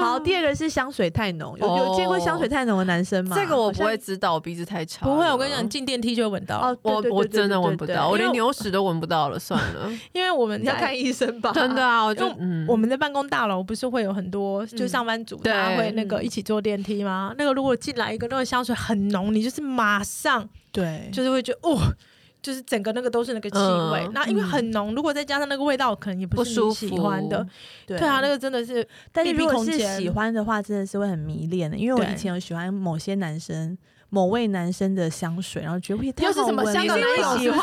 A: 好。第二个是香水太浓，有有
C: 哦
A: 见过香水太浓的男生吗？
C: 这个我不
A: 好
C: 会
A: 像。
C: 知道，我鼻子太 长。
B: 不会，我跟你讲，，进电梯就会闻到。
A: 哦，对
C: 我
A: 对对
C: 我
A: 对
C: 真的
A: 对
C: 闻不
A: 对
C: 到，我
A: 因为
C: 连牛屎都闻不到了，算了。
B: 因为我们
A: 你要
B: 在
A: 看医生吧。
C: 真的啊，我
B: 因
C: 就
B: 为
C: 嗯，
B: 我们在办公大楼不是会有很多就上班族，
C: 对
B: 大家会那个一起坐电梯吗？那个如果进来一个那个香水很浓，你就是马上
A: 对，
B: 就是会觉得哦。就是整个那个都是那个气味
C: 嗯，
B: 那、因为很浓，如果再加上那个味道，可能也
C: 不
B: 不是
C: 舒
B: 你
C: 服
B: 喜欢的。
A: 对
B: 对啊，那个真的是
A: 但是
B: 密闭
A: 如果
B: 空
A: 是
B: 间
A: 喜欢的话，真的是会很迷恋的，因为我
B: 对
A: 以前有喜欢某些男生。某位男生的香水，然后觉得也太
B: 又是
A: 好
B: 什么
A: 闻
B: 香
A: 了
B: 港男友
A: 不
B: 是不是
C: 不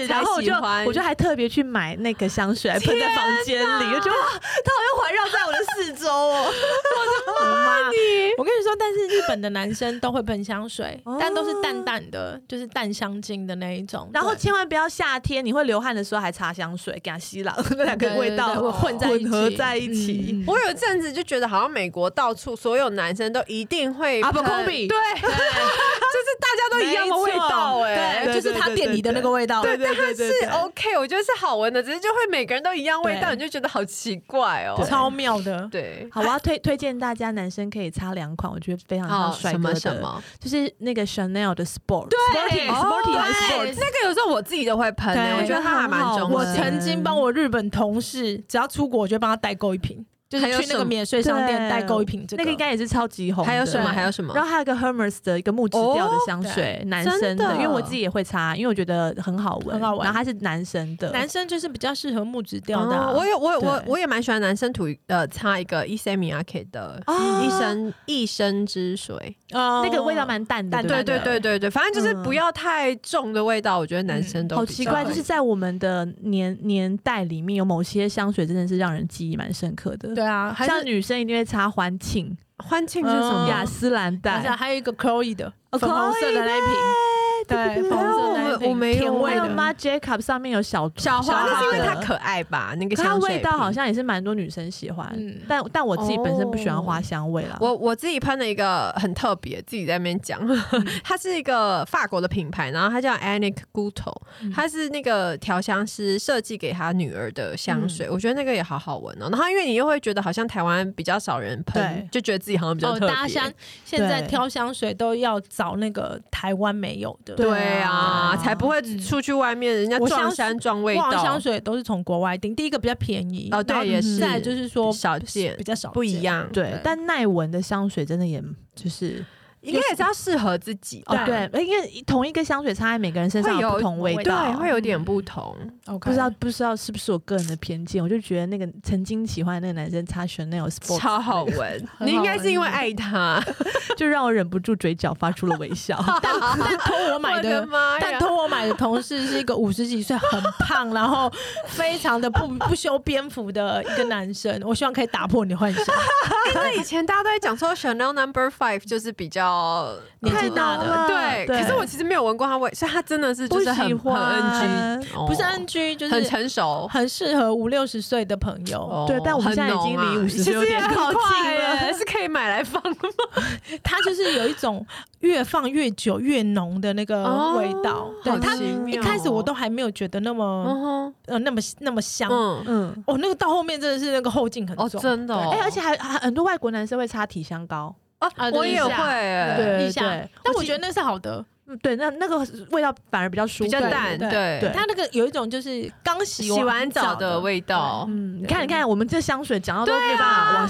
C: 是
A: 然后我就
C: 才喜欢
A: 我就还特别去买那个香水来喷在房间里，我觉得哇，它好像环绕在我的四周 哦。
B: 妈我跟你说，但是日本的男生都会喷香水，
A: 哦
B: 但都是淡淡的，就是淡香精的那一种。
A: 然后
B: 对
A: 千万不要夏天你会流汗的时候还擦香水，给它吸了，那两个
B: 对
A: 味道
B: 对对混在一起
A: 混合在一起。
B: 嗯嗯
C: 我有一阵子就觉得，好像美国到处所有男生都一定会
A: 阿伯
C: 喷
A: 空比
C: 对， 就是大家都一样的味道、哎，
A: 没错对
B: 就是他店里的那个味道。
A: 对对对
C: 但是
A: 对对
C: OK，我觉得是好闻的，只是就会每个人都一样味道，
B: 对
C: 你就觉得好奇怪哦。
B: 超妙的。
C: 对，
A: 好，我要推推荐大家，男生可以擦两款，我觉得非常像
C: 好
A: 帅
C: 什
A: 哥
C: 么
A: 的，
C: 什么，
A: 就是那个 Chanel 的 Sport，对 Sporty
C: 哦
A: Sporty 还是
B: 对
A: Sport，
B: Sports
C: 那个有时候我自己都会喷、
B: 对
C: 哎我觉得它还蛮中
A: 我
B: 我
A: 很好
C: 性的。
B: 曾经帮我日本同事，只要出国，我就帮他代购一瓶，就是
C: 还有
B: 去那
C: 什
B: 个
C: 么
B: 免税商店
A: 对
B: 代购一瓶这个。
A: 那个应该也是超级红的。
C: 还有什么？
B: 对
C: 还有什么
A: 然？后还有一个 Hermes 的一个木质调的香水，男生
C: 真
A: 哦的，
C: 的
A: 因为我自己也会擦，因为我觉得很好闻，
B: 很好闻
A: 然后它是男生的，
B: 男生就是比较适合木质调的啊、
C: 哦我有，我有，我
A: 对
C: 我也蛮喜欢男生涂呃擦一个伊塞米亚 K 的
A: 啊
C: 一生一生之水，
B: 哦
A: 那个味道蛮淡的，
B: 淡
A: 不
C: 对对对对对，反正就是
A: 嗯
C: 不要太重的味道，我觉得男生都
A: 好
C: 比
A: 奇
C: 较
A: 怪，
C: 会
A: 就是在我们的年年代里面，有某些香水真的是让人记忆蛮深刻的。
B: 对，啊，还是
A: 像女生一定会擦环庆、
C: 欢庆是什么
B: 嗯
A: 雅诗兰
B: 好像
A: 黛、
B: 还有一个 Chloe 的
A: 哦
B: 粉红色的那一瓶，
A: 对
B: 对，
A: 对
B: 粉
A: 对
B: 红色的那一
C: 我
B: 瓶，
C: 没有
B: 甜味
A: 还有
B: 的。
A: 妈 Jacob 上面有小
C: 小花，
A: 小
C: 那是因为
A: 的
C: 它可爱吧？那个
A: 可它
C: 香水
A: 味道
C: 瓶
A: 好。像也是蛮多女生喜欢，
B: 嗯哦
A: 但但我自己本身不喜欢花香味啦。
C: 我我自己喷了一个很特别，自己在那边讲， 它是一个法国的品牌，然后它叫 Anik Guto，
B: 嗯
C: 它是那个调香师设计给他女儿的香水，我觉得那个也好好闻哦。然后因为你又会觉得好像台湾比较少人
A: 对
C: 喷，就觉得自己好像比较
B: 哦，
C: 特别。
B: 大家香现在
A: 对
B: 挑香水都要找那个台湾没有的，
A: 对
C: 对啊，
A: 啊
C: 才不会出去外面人家
B: 我
C: 撞
B: 香
C: 山撞味
B: 哇，
C: 道
B: 香，水都是从国外订，第一个比较便宜，
C: 哦
B: 然后
C: 对，也是，
B: 再来就是说
C: 少见
B: 比较少见
C: 不一，样，
A: 对，但耐闻的香水真的也就是
C: 应该也是要适合自己
A: 哦
C: 吧，
A: 对，因为同一个香水擦在每个人身上
C: 会
A: 有
C: 有
A: 不同味
B: 味
A: 道，
C: 对，会有点不同。
B: OK，，
A: 不知道不知道是不是我个人的偏见，我就觉得那个曾经喜欢的那个男生擦 Chanel Sport，
C: 超好闻
B: 很
C: 你应该
B: 好
C: 是因为爱他。
A: 就让我忍不住嘴角发出了微笑。
B: 但但托我买
C: 我的
B: 的。
C: 妈
B: 但
C: 呀！
B: 托我买的同事是一个五十几岁、很胖，然后非常的不不修边幅的一个男生。我希望可以打破你的幻想。
C: 哎那以前大家都在讲说 Chanel Number Five 就是比较
B: 年纪大的
C: 浓了对。
A: 对
C: 可是我其实没有闻过它味，所以它真的是就是
A: 不喜
C: 很很
A: 欢
C: NG，哦
B: 不是 NG，就是
C: 很成熟。
B: 很适合五六十岁的朋友。
C: 哦
A: 对但我们
C: 很
A: 现在已经
C: 浓啊
A: 离50
C: 其
A: 岁有
C: 实也
A: 点
C: 很
A: 靠近
C: 快
A: 了
C: 耶是可以买来放的吗？
B: 它就是有一种越放越久越浓的那个
C: 哦
B: 味道。对
C: 好
B: 它
C: 奇妙哦
B: 一开始我都还没有觉得那么、
C: 嗯
B: 呃那么那么香。
C: 哼，嗯，
A: 嗯，
B: 哦，那个到后面真的是那个后劲很
C: 哦，
B: 重，
C: 真的哦，
A: 哎、而且还还很多外国男生会擦体香膏，
C: 啊
B: 啊
C: 我
B: 对
C: 也
B: 一
C: 会
B: 下
C: 耶，
A: 对
B: 一下。但我觉得那是好的，
A: 嗯对，那那个味道反而比较舒服，
C: 比较淡，
B: 对
A: 对
B: 它那个有一种就是刚洗
C: 洗完澡的味道。
A: 嗯，你看，你看，我们这香水讲到都
C: 啊
A: 没有办法往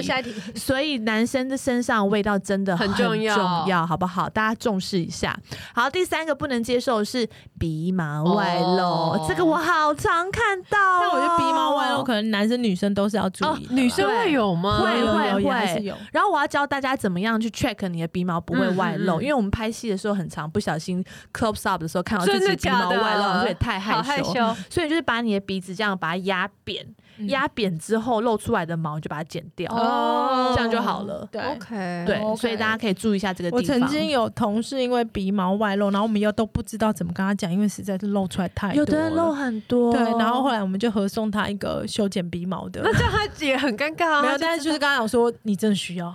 A: 下一题。
B: 一 题。
A: 所以男生的身上味道真的
C: 很
A: 很
C: 重要
A: 重要好不好？大家重视一下。好，第三个不能接受的是鼻毛外露，
C: 哦
A: 这个我好常看到、哦。
B: 但我觉得鼻毛外露，可能男生女生都是要注意的啦。
C: 哦女生会有吗？
A: 会
B: 有有
A: 会
B: 有还是有。
A: 然后我要教大家怎么样去 check 你的鼻毛不会外露，
C: 嗯嗯嗯
A: 因为我们拍戏的时候很常不小心 close up 的时候看到自
C: 真
A: 己
C: 的
A: 鼻
C: 假
A: 毛
C: 的
A: 外露，会太害
C: 嗯好
A: 羞。
C: 害羞。
A: 所以就是把你的鼻子这样把它压扁，
B: 嗯
A: 压扁之后露出来的毛你就把它剪掉，
C: 哦哎
A: 这样就好了。
B: 对
C: OK，
A: 对，
B: OK
A: 所以大家可以注意一下这个地
B: 我
A: 方。
B: 曾经有同事因为鼻毛外露，然后我们又都不知道怎么跟他讲，因为实在是露出来太多了
A: 有的人露很多，
B: 对，然后后来我们就合送他一个修剪鼻毛的，
C: 那这样他也很尴尬啊。
B: 没有，但是就是刚刚讲说你真的需要，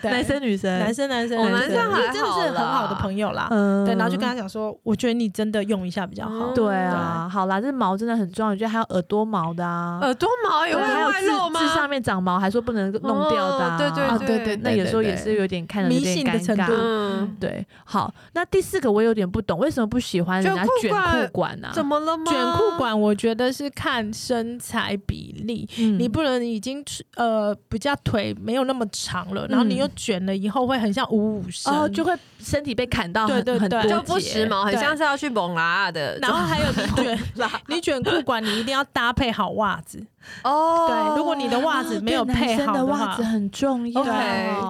B: 对
A: 男生女生
B: 男，生男生
C: 哦
B: 男
C: 男生还好啦
B: 你真的是很好的朋友啦，
A: 嗯
B: 对，然后就跟他讲说，我觉得你真的用一下比较好，
C: 嗯
A: 对啊，好啦，这毛真的很重要，我觉得还有耳朵毛的啊，
C: 耳朵毛也
A: 对
C: 会
A: 还有
C: 外露吗？
A: 痣痣上面长毛还说不能弄掉的啊，
C: 哦对对
B: 啊
C: 对
B: 对对，
A: 那有时候也是
B: 有
A: 有点看着有点
B: 迷信的
A: 尴
B: 程度
A: 尬。
C: 嗯，
A: 对，好，那第四个我有点不懂，为什么不喜欢人家
C: 卷裤
A: 卷
C: 管
A: 裤管呢？啊
C: 怎么了吗？
B: 卷裤管，我觉得是看身材比力，
A: 嗯
B: 你不能已经呃比较腿没有那么长了，然后你又卷了以后会很像五五身，
A: 哦，就会身体被砍到很
B: 对对
A: 很
B: 对
A: 多
C: 就不
A: 节
C: 时髦，很
B: 对
C: 像是要去蒙拉的。
B: 然后还有你卷你卷裤管，你一定要搭配好袜子，
C: 哦，
B: 对，如果你的袜子没有配好
A: 的
B: 话
A: 袜子。很重要，
C: OK，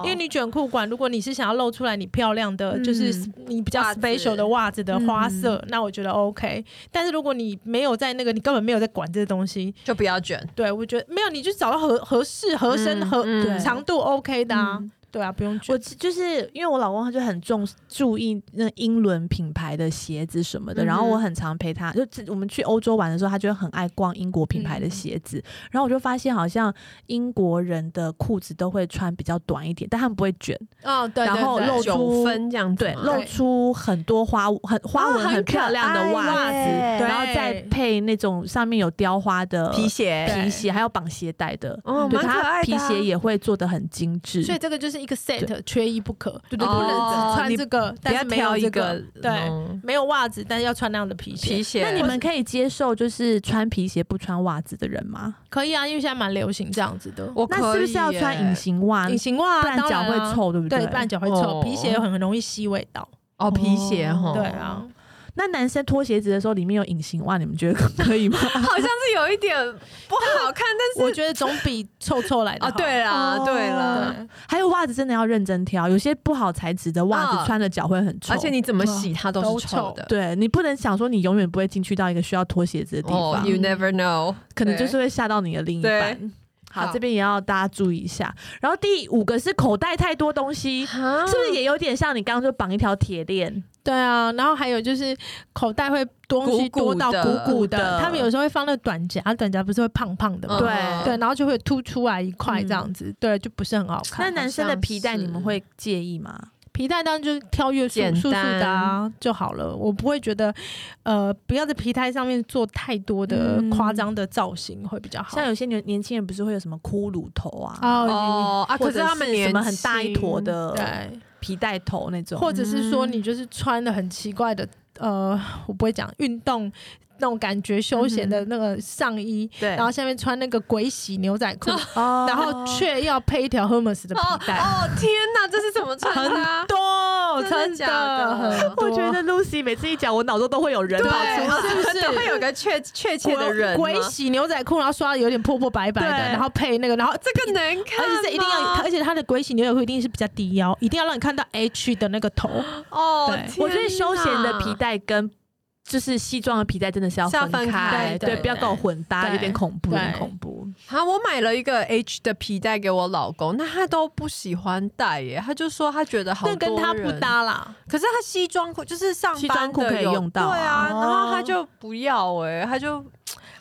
B: 因为你卷裤管，如果你是想要露出来你漂亮的，
A: 啊嗯
B: 就是你比较
C: 袜子
B: special 的袜子的花色，那我觉得 OK。但是如果你没有在那个，你根本没有在管这些东西，
C: 就不要卷，
B: 对我觉得没有，你就找到合合适、合身、
C: 嗯
B: 合、
C: 嗯
A: 对
B: 长度 OK 的啊，
A: 嗯
B: 对啊，不用
A: 我
B: 卷。
A: 其就是因为我老公他就很重注意那英伦品牌的鞋子什么的，然后
C: 嗯哼
A: 我很常陪他，就我们去欧洲玩的时候，他就很爱逛英国品
B: 嗯
A: 牌的鞋子，然后我就发现好像英国人的裤子都会穿比较短一点，但他们不会卷，
B: 哦，对
A: 然后露出
C: 九分这样子
A: 对，
C: 吗，
A: 露出很多花很
B: 哦
A: 花纹
C: 啊很
A: 漂亮的
C: 可
A: 袜
C: 爱
A: 子，
C: 耶
A: 然后再配那种上面有雕花的
C: 皮鞋，
B: 对
A: 皮鞋，还有绑鞋带的。
C: 哦，
A: 对，
C: 蛮
A: 他
C: 可爱的
A: 皮
C: 啊
A: 鞋也会做的很精致，
B: 所以这个就是一个 set，
A: 对
B: 缺一不可。你
C: 对对
B: 不能
C: 哦
B: 只穿
C: 你
B: 这个，
C: 不
B: 但
C: 要
B: 是没有
C: 挑一
B: 这
C: 个，
B: 对，
C: 嗯
B: 没有袜子，但是要穿那样的皮鞋。
C: 皮鞋。
A: 那你们可以接受就是穿皮鞋不穿袜子的人吗？
B: 可以啊，因为现在蛮流行这样子的。
C: 我
A: 那是不是要穿隐？形袜？
B: 隐形袜、啊，
A: 不然
B: 当
A: 脚
B: 啊
A: 会，臭，对不
B: 对，不然脚会臭，
C: 哦
B: 皮鞋很很容易吸味道。
C: 哦，皮鞋哈，
A: 哦
B: 对啊，
A: 那男生脱鞋子的时候里面有隐形袜，你们觉得 可以吗？
C: 好像是有一点不好看，但
B: 我
C: 是
B: 觉得总比臭臭来的
C: 哦，
B: 好。
C: 对啦，
A: 哦
C: 对啦，
B: 对，
A: 还有袜子真的要认真挑，有些不好材质的袜
C: 嗯
A: 子穿了脚会很臭，
C: 而且你怎么洗它都
B: 都
C: 是臭
B: 臭
C: 的，
A: 对你不能想说你永远不会进去到一个需要脱鞋子的地
C: 哦
A: 方，
C: ，You never know，
A: 可能就是会吓到你的另一
C: 对
A: 半。好，
C: 好
A: 这边也要大家注意一下。然后第五个是口袋太多东西，
C: 对啊
A: 是不是也有点像你刚刚说绑一条铁链？
B: 对啊，然后还有就是口袋会东西
C: 鼓鼓
B: 多到
C: 的
B: 鼓鼓的，
A: 鼓的
B: 他们有时候会放那短夹，啊短夹不是会胖胖的吗？
A: 对
C: 嗯
B: 对，然后就会凸出来一块
A: 嗯
B: 这样子，对，就不是很好
A: 那
B: 看。
A: 男生的皮带
C: 像是
A: 你们会介意吗？
B: 皮带当然就是挑越素
C: 简单
B: 素素的、啊、就好了，我不会觉得，呃，不要在皮带上面做太多的
A: 嗯
B: 夸张的造型会比较好。
A: 像有些年年轻人不是会有什么骷髅头啊，
B: 哦，
C: 哦啊，
A: 或
C: 可
A: 者
C: 他们
A: 什
C: 年
A: 么很大一坨
C: 轻，
A: 的
B: 对，
A: 皮带头那种，
B: 或者是说
C: 嗯
B: 你就是穿的很奇怪的，呃，我不会讲运动那种感觉休闲的那个上衣，
A: 对
B: 然后下面穿那个鬼洗牛仔裤，
A: 哦
B: 然后却要配一条 Hermes 的皮
C: 哦
B: 带，
C: 哦，天哪，这是怎么穿搭？
B: 多
C: 真的
B: 真
C: 假的
B: 很多
A: 我觉得 Lucy 每次一讲，我脑中都会有人跑出来。
B: 对，是不是
C: 都会有个确确切的人吗，
B: 鬼洗牛仔裤，然后刷的有点破破白白的，
A: 对
B: 然后配那个，然后这
C: 这个能看
B: 而
C: 吗，
B: 且这一定要，而且它的鬼洗牛仔裤一定是比较低腰，一定要让你看到 H 的那个 头。
C: 哦
B: 对，
A: 我觉得休闲的皮
C: 带。
A: 带跟就是西装的皮带真的是要
C: 是要分
A: 开
C: 开，
A: 对，
B: 对
A: 不要搞混搭，
B: 对
A: 有点恐怖，有
B: 对
A: 点恐怖。
C: 啊，我买了一个 H 的皮带给我老公，那他都不喜欢戴耶，他就说他觉得好
B: 那跟他
C: 他
B: 不。搭啦，
C: 可是他西装裤就是上班
A: 西装裤
C: 的
A: 可以
C: 有
A: 用到
C: 对啊，
A: 哦
C: 然后他就不要哎，他就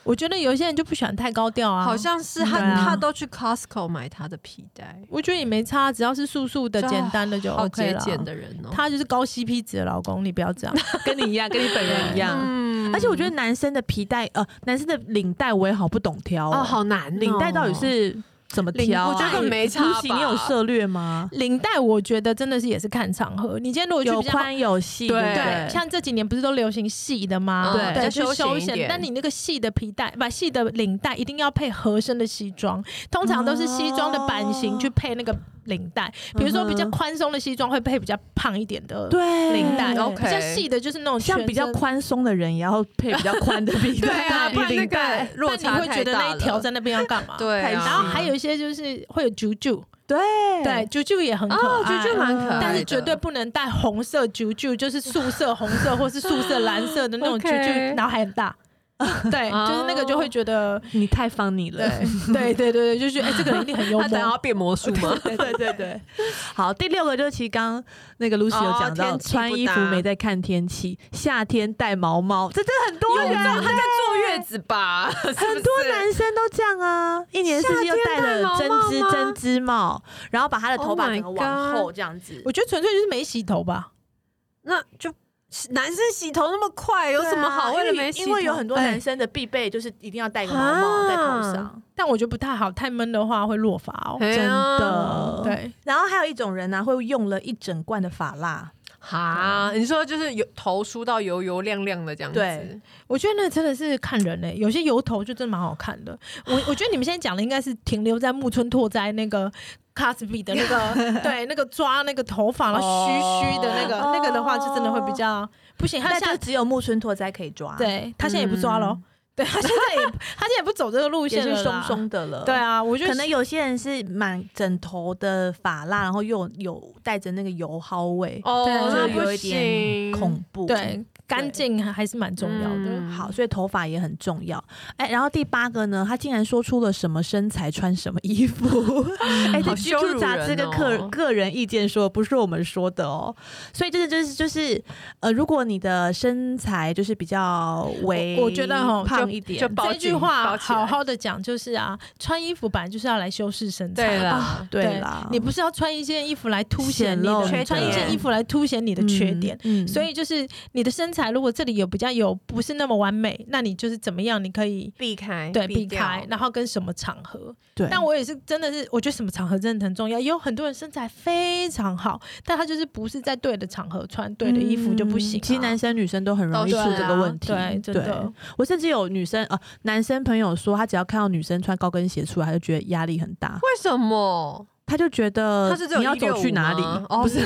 B: 我觉得有一些人就不喜欢太高调啊，
C: 好像是他
B: 对啊
C: 他都去 Costco 买他的皮带，
B: 我觉得也没差，只要是素素的、
C: 就
B: 简单的就
C: 好
B: OK
C: 节
B: 了。
C: 俭的人哦。
B: 他就是高 CP 值的老公，你不要这样。
A: 跟你一样，跟你本人一 样。
C: 嗯
A: 而且我觉得男生的皮带，呃，男生的领带我也好不懂挑
C: 哦，好难哦，
A: 领带到底是怎么挑啊？
C: 领我觉得没差
A: Lucy，
C: 吧
A: 你有涉略吗？
B: 领带我觉得真的是也是看场合，你今天如果去
A: 有
B: 比较
A: 宽有细，
C: 对
A: 对不
B: 对，像这几年不是都流行细的
A: 嗯
B: 吗？对，
A: 比
C: 较
B: 就
C: 休闲
B: 休
C: 一点
B: 闲。但你那个细的皮带，把细的领带一定要配合身的西装，通常都是西装的版型
A: 哦
B: 去配那个领带。比如说比较
A: 嗯哼
B: 宽松的西装会配比较胖一点的
A: 对
B: 领带，
C: 嗯
B: 比
C: OK
B: 较细的就是那种
A: 像比较
B: 全身。
A: 宽松的人也要配比较宽的皮
C: 对
A: 带，
C: 啊，
B: 对
C: 不然那
A: 领带
C: 个落
B: 但
C: 差
B: 你会觉得那一条在那边要干嘛？
C: 太大了。对啊，
A: 太
B: 然后还有一些就是会有啾啾，
A: 对
B: 对，啾啾也很可
C: 哦，
B: 爱，
C: 就就蛮可爱的，
B: 但是绝对不能带红色啾啾，就是素色红色或是素色蓝色的那种啾
C: OK
B: 啾，然后还很大。 对，
C: 哦
B: 就是那个就会觉得，
A: 你太方你了。
B: 对对对对对，就是哎，这个人一定很幽
C: 他等下
B: 默
C: 要。变魔术吗？
A: 对对对对，好，第六个就是其实刚刚那个 Lucy
C: 哦
A: 有讲到、
C: 天气不
A: 穿衣服
C: 搭
A: 没在看天气，夏天戴毛毛，这真的很多
C: 有
A: 人，
C: 他在坐月子吧？很
A: 啊很多男生都这样啊，一年四季又戴了针
C: 夏天
A: 织
C: 戴毛毛吗
A: 针织帽，然后把他的头
C: Oh
A: 发
C: my
A: 整个往
C: God
A: 后这样子。
B: 我觉得纯粹就是没洗头吧，
C: 那就男生洗头那么快，有
A: 对啊
C: 什么好？为了
A: 因
C: 没洗头，
A: 因为有很多
B: 哎
A: 男生的必备就是一定要戴个毛毛在头上，
B: 但我觉得不太好，太闷的话会落发哦。
C: 哎
A: 真
C: 呀
A: 的。
B: 对，
A: 啊然后还有一种人呢、会用了一整罐的发蜡，
C: 哈，你说就是油头梳到油油亮亮的这样
B: 对
C: 子，
B: 我觉得那真的是看人嘞、有些油头就真的蛮好看的。 我我觉得你们现在讲的应该是停留在木村拓哉那个 Cosby 的那 个，对，那个抓那个头发然后须须的那个，
A: 哦
B: 那个的话就真的会比较不行。他
A: 那
B: 现
A: 就
B: 在
A: 只哎有木村拓哉可以抓，，
B: 对他现在也不抓喽，对他现在 也他现在也不走这个路
A: 也
B: 线
A: 是
B: 了
A: 松
B: 啦，
A: 松的了，
B: 对。啊，我觉得
A: 可能有些人是满整头的发蜡，然后又有带着那个油蒿味，
C: 哦，
A: 就
C: 那
A: 有
C: 不
A: 一点
C: 行，
A: 恐怖。
B: 对干净还还是蛮重要的。
C: 嗯
A: 好，所以头发也很重要。哎、然后第八个呢，他竟然说出了什么身材穿什么衣服，
B: 嗯
A: 哎、这
C: 好羞
A: GQ
C: 辱
A: 杂志
C: 人
A: 跟个、
C: 哦
A: 个人意见说，不是我们说的哦。所以这个就是就是呃，如果你的身材就是比较微，
B: 我我觉得吼就
A: 胖一点，
C: 就包
B: 这句
C: 紧
B: 话
C: 包起来
B: 好好的讲就是啊，穿衣服本来就是要来修饰身材
C: 对
B: 的。
C: 啦，
A: 对啦，
B: 你不是要穿一件衣服来凸显
A: 啊显
B: 你
A: 露
B: 的
A: 你
C: 的
B: 穿一件衣服来凸显你的缺点。
A: 嗯，嗯
B: 所以就是你的身材，如果这里有比较有不是那么完美，那你就是怎么样，你可以
C: 避开，
B: 对避
C: 掉
B: 开，然后跟什么场合。
A: 嗯对，
B: 但我也是真的是，我觉得什么场合真的很重要。也有很多人身材非常好，但他就是不是在对的场合穿对的衣服就不行啊、
A: 嗯其实男生女生都很容易出
C: 都是
A: 这个
C: 啊
A: 问题，嗯
B: 对真的
A: 我甚至有女生呃男生朋友说，他只要看到女生穿高跟鞋出来，他就觉得压力很大，
C: 为什么？
A: 他就觉得
C: 他是只
A: 呃
C: 有
A: 你要走
C: 165
A: 去哪里
C: 吗？哦
A: 不是，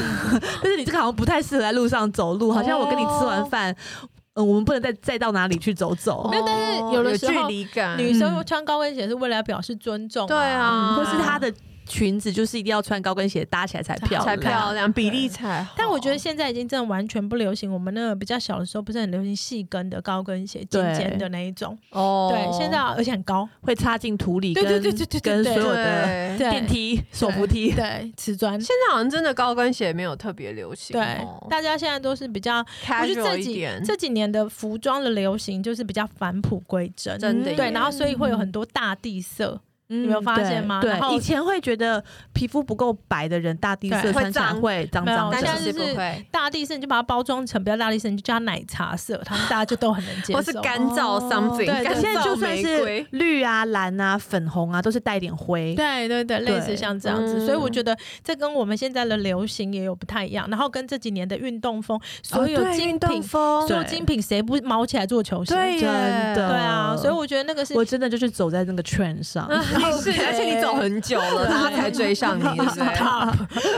A: 就是你这个好像不太适合在路上走路，好像我跟你吃完饭，嗯，我们不能再再到哪里去走走
B: 没，有但是有的
C: 有
B: 时
C: 距
B: 候
C: 离感，
B: 女生穿高跟鞋是为了要表示尊重、
C: 对
A: 嗯
B: 哦
C: 啊，
A: 或是她的裙子就是一定要穿高跟鞋搭起来才漂亮，
C: 才漂亮，比例才好。
B: 但我觉得现在已经真的完全不流行。我们那个比较小的时候，不是很流行细跟的高跟鞋，尖
A: 对
B: 尖的那一种。
C: 哦
B: 对，现在而且很高，
A: 会插进土里，
B: 对对
A: 跟
B: 对对对对
A: 跟
B: 对
A: 所有的
C: 对
B: 对
A: 电梯、手扶梯，
B: 对，瓷砖。
C: 现在好像真的高跟鞋没有特别流行
B: 对
C: 哦，，
B: 大家现在都是比较，我觉得
C: casual
B: 这
C: 一
B: 几
C: 点，
B: 这几年的服装的流行就是比较返璞归真，
C: 真的耶
B: 对，然后所以会有很多大地色，
A: 你
B: 没有发现吗
A: 嗯对
B: 然，后
A: 以前会觉得皮肤不够白的人，大地色
B: 对
A: 穿起来会脏
B: 没有
A: 脏
B: 大家
A: 的。
C: 是
B: 就是
C: 不会，
B: 大地色你就把它包装成，不要大地色，你就叫它奶茶色，他们大家就都很能接
C: 或是
B: 受。
C: 干燥
A: 哦
C: something，
B: 对
A: 那
C: 干
B: 对
A: 现在
C: 燥
A: 就算
C: 玫
A: 是
C: 瑰
A: 绿啊、蓝啊、粉红啊，都是带点灰。
B: 对对对，类似
A: 对
B: 像这样子，所以我
C: 嗯
B: 觉得这跟我们现在的流行也有不太一样，然后跟这几年的运动风，所
C: 哦
B: 有
C: 对
B: 精
C: 运
B: 品
C: 动， 风，
B: 做精品谁不毛起来做球鞋？
C: 对耶
A: 真的
B: 对啊，所以我觉得那个是嗯
A: 我真的就是走在那个圈上。
C: 是，而且你走很久了，
B: 对
C: 他才追上你，对 不对？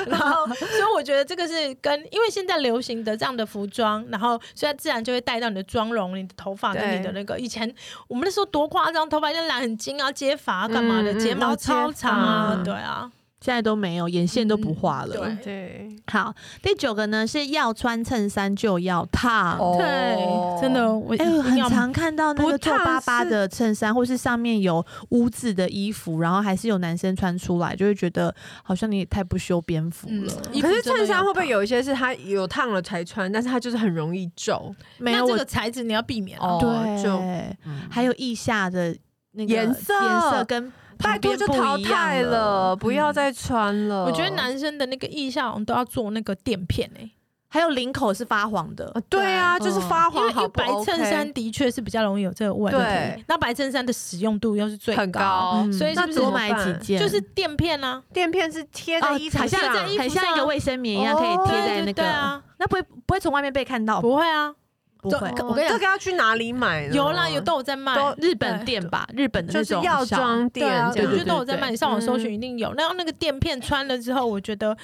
B: 然后，所以我觉得这个是跟因为现在流行的这样的服装，然后所以它自然就会带到你的妆容、你的头发跟
C: 对
B: 你的那个。以前我们那时候多夸张，头发一定染很金啊，接发啊干嘛的，
C: 嗯嗯嗯
B: 睫毛
C: 都接发
B: 超长啊，对啊，
A: 现在都没有，眼线都不画了。
B: 嗯
C: 对，
A: 好，第九个呢是要穿衬衫就要烫。
C: 哦
B: 对，真的，我一
A: 哎、我
B: 定
A: 很
B: 要
A: 常看到那
C: 不
A: 个皱
C: 烫
A: 巴巴
C: 是
A: 的衬衫，或是上面有污渍的衣服，然后还是有男生穿出来，就会觉得好像你也太不修边幅
B: 嗯
A: 了。，
B: 衣服
C: 可是
B: 真的
C: 衬衫
B: 要
C: 会不会
B: 烫？
C: 有一些是它有烫了才穿，但是它就是很容易皱？
A: 没有
B: 那这
A: 我
B: 个材质你要避免啊
C: 哦
A: 对，
C: 就
A: 嗯还有腋下的那个
C: 颜色
A: 颜色跟
C: 拜
A: 旁
C: 托
A: 边
C: 就
A: 不
C: 淘
A: 一
C: 汰
A: 样
C: 了，不要
A: 嗯
C: 再穿了。
B: 我觉得男生的那个腋下好像都要做那个垫片欸诶，
A: 还有领口是发黄的
C: 啊，，对啊，就是发
B: 因
C: 黄
B: 为因
C: 好
B: 为
C: 不
B: 白
C: OK
B: 衬衫的确是比较容易有这个问题
C: 对，
B: 那白衬衫的使用度又是最
C: 很
B: 高，
C: 高，
B: 哦所以
A: 嗯那
B: 是不是
A: 多买几件
B: 就是垫片啊，
C: 垫片是贴
A: 哦
C: 在衣服
A: 好
C: 上，
A: 像
B: 在衣服
A: 很像一个卫生棉一样，
C: 哦
A: 可以贴
B: 对
A: 在
B: 对
A: 那
B: 对
A: 个，
B: 啊，
A: 那不会不会从外面被看到，
B: 不会啊，
A: 不
B: 就
A: 会。
B: 跟我
C: 哦
B: 跟你
C: 这
B: 讲，
C: 个要去哪里买呢？
B: 有啦，有都有在卖。
C: 都
A: 日本店吧，日本的
C: 就
A: 那
C: 是
A: 种
C: 药
A: 小
C: 妆
B: 对
C: 店
B: 啊，我
C: 这
B: 觉
C: 样
A: 对
B: 得
A: 对
B: 都有在卖，你上网搜寻
C: 嗯
B: 一定有。然后那个垫片穿了之后，我觉得，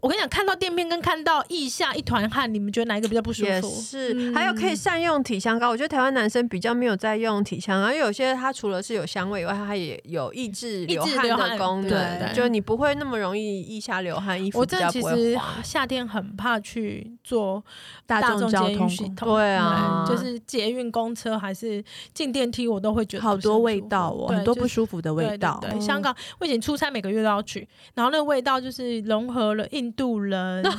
B: 我跟你讲，看到垫片跟看到腋下一团汗，你们觉得哪一个比较不舒
C: 也
B: 服？
C: 是，
A: 嗯
C: 还有可以善用体香膏。我觉得台湾男生比较没有在用体香膏，因为有些它除了是有香味以外，它也有抑制流
B: 抑制流汗
C: 的功
A: 对
C: 能，
B: 对
C: 就你不会那么容易腋下流汗，衣服
B: 我
C: 比
B: 真
C: 较
B: 的其
C: 不会
B: 实
C: 滑。
B: 夏天很怕去做
A: 大众
B: 众
A: 交
B: 捷运
A: 通
B: 系
A: 工
B: 统，
C: 对啊
B: 就是捷运、公车还是进电梯，我都会觉得
A: 好
B: 不是很
A: 多味
B: 舒服
A: 道哦，
B: 对
A: 很多
B: 就
A: 不
B: 是
A: 舒服的味道哦
B: 对。对对，香港我以前出差每个月都要去，然后那个味道就是融合了印度 人，
A: 那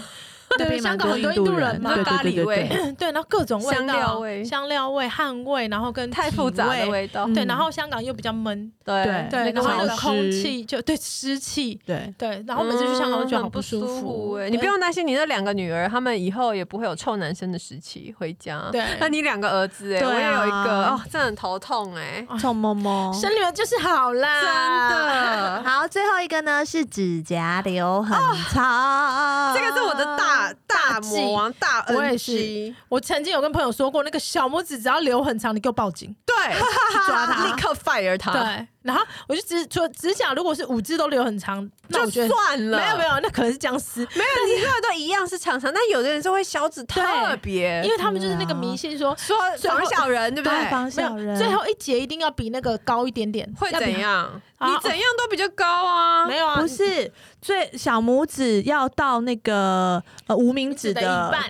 B: 对
A: 边蛮
B: 香港
A: 多
B: 很多
A: 印
B: 印
A: 度
B: 度
A: 人，
B: 人嘛
A: 对，
C: 咖
A: 对
C: 喱
A: 对对
C: 味
A: 对，
B: 对，然后各种味道，
C: 香料味
B: 香料味、汗味，然后跟
C: 太
B: 体
C: 复杂的
B: 味。
C: 味道，
A: 嗯
B: 对，然后香港又比较闷，
A: 对
C: 对
A: 那
B: 对，然
A: 个
B: 后那
A: 潮
B: 个空
A: 湿
B: 气就对湿气，
A: 对。
B: 对，然后每次去香港都觉得
C: 嗯
B: 好
C: 很不
B: 舒
C: 服哎，
A: 欸
B: 对
C: 你不用担心，你那两个女儿，她们以后也不会有臭男生的时期回家。
B: 对
C: 那你两个儿子哎，
A: 对啊
C: 我也有一个哦，真的很头痛哎，
A: 臭猫 猫，
B: 生女儿就是好啦，
C: 真的。
A: 哦 好，最后一个呢是指甲留很长、
C: 这个是我的大大大魔王大
A: 我也
C: NG，
B: 我曾经有跟朋友说过，那个小拇指只要留很长，你给我报警。
C: 对，去抓他，立刻 fire 他，，
B: 对，然后我就只说指甲如果是五只都留很长，那我觉得
C: 就算了，
B: 没有没。有，那可能是僵尸，
C: 没有，你说的都一样是长长，但有的人是会小指特别，
B: 因为他们就是那个迷信说。
C: 说
B: 最后
C: 防小人对不
A: 对啊
C: 对？
A: 防
B: 没
A: 小
B: 有，
A: 人，
B: 最后一节一定要比那个高一点点，
C: 会
B: 要比
C: 怎？样？
B: 啊
C: 你怎样都比较高啊，
B: 没有啊，
A: 不是最小拇指要到那个呃无名
B: 你
A: 指
B: 指
A: 的
B: 的一半，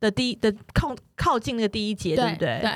A: 的第一的靠靠近那个第一节，对不对？
B: 对对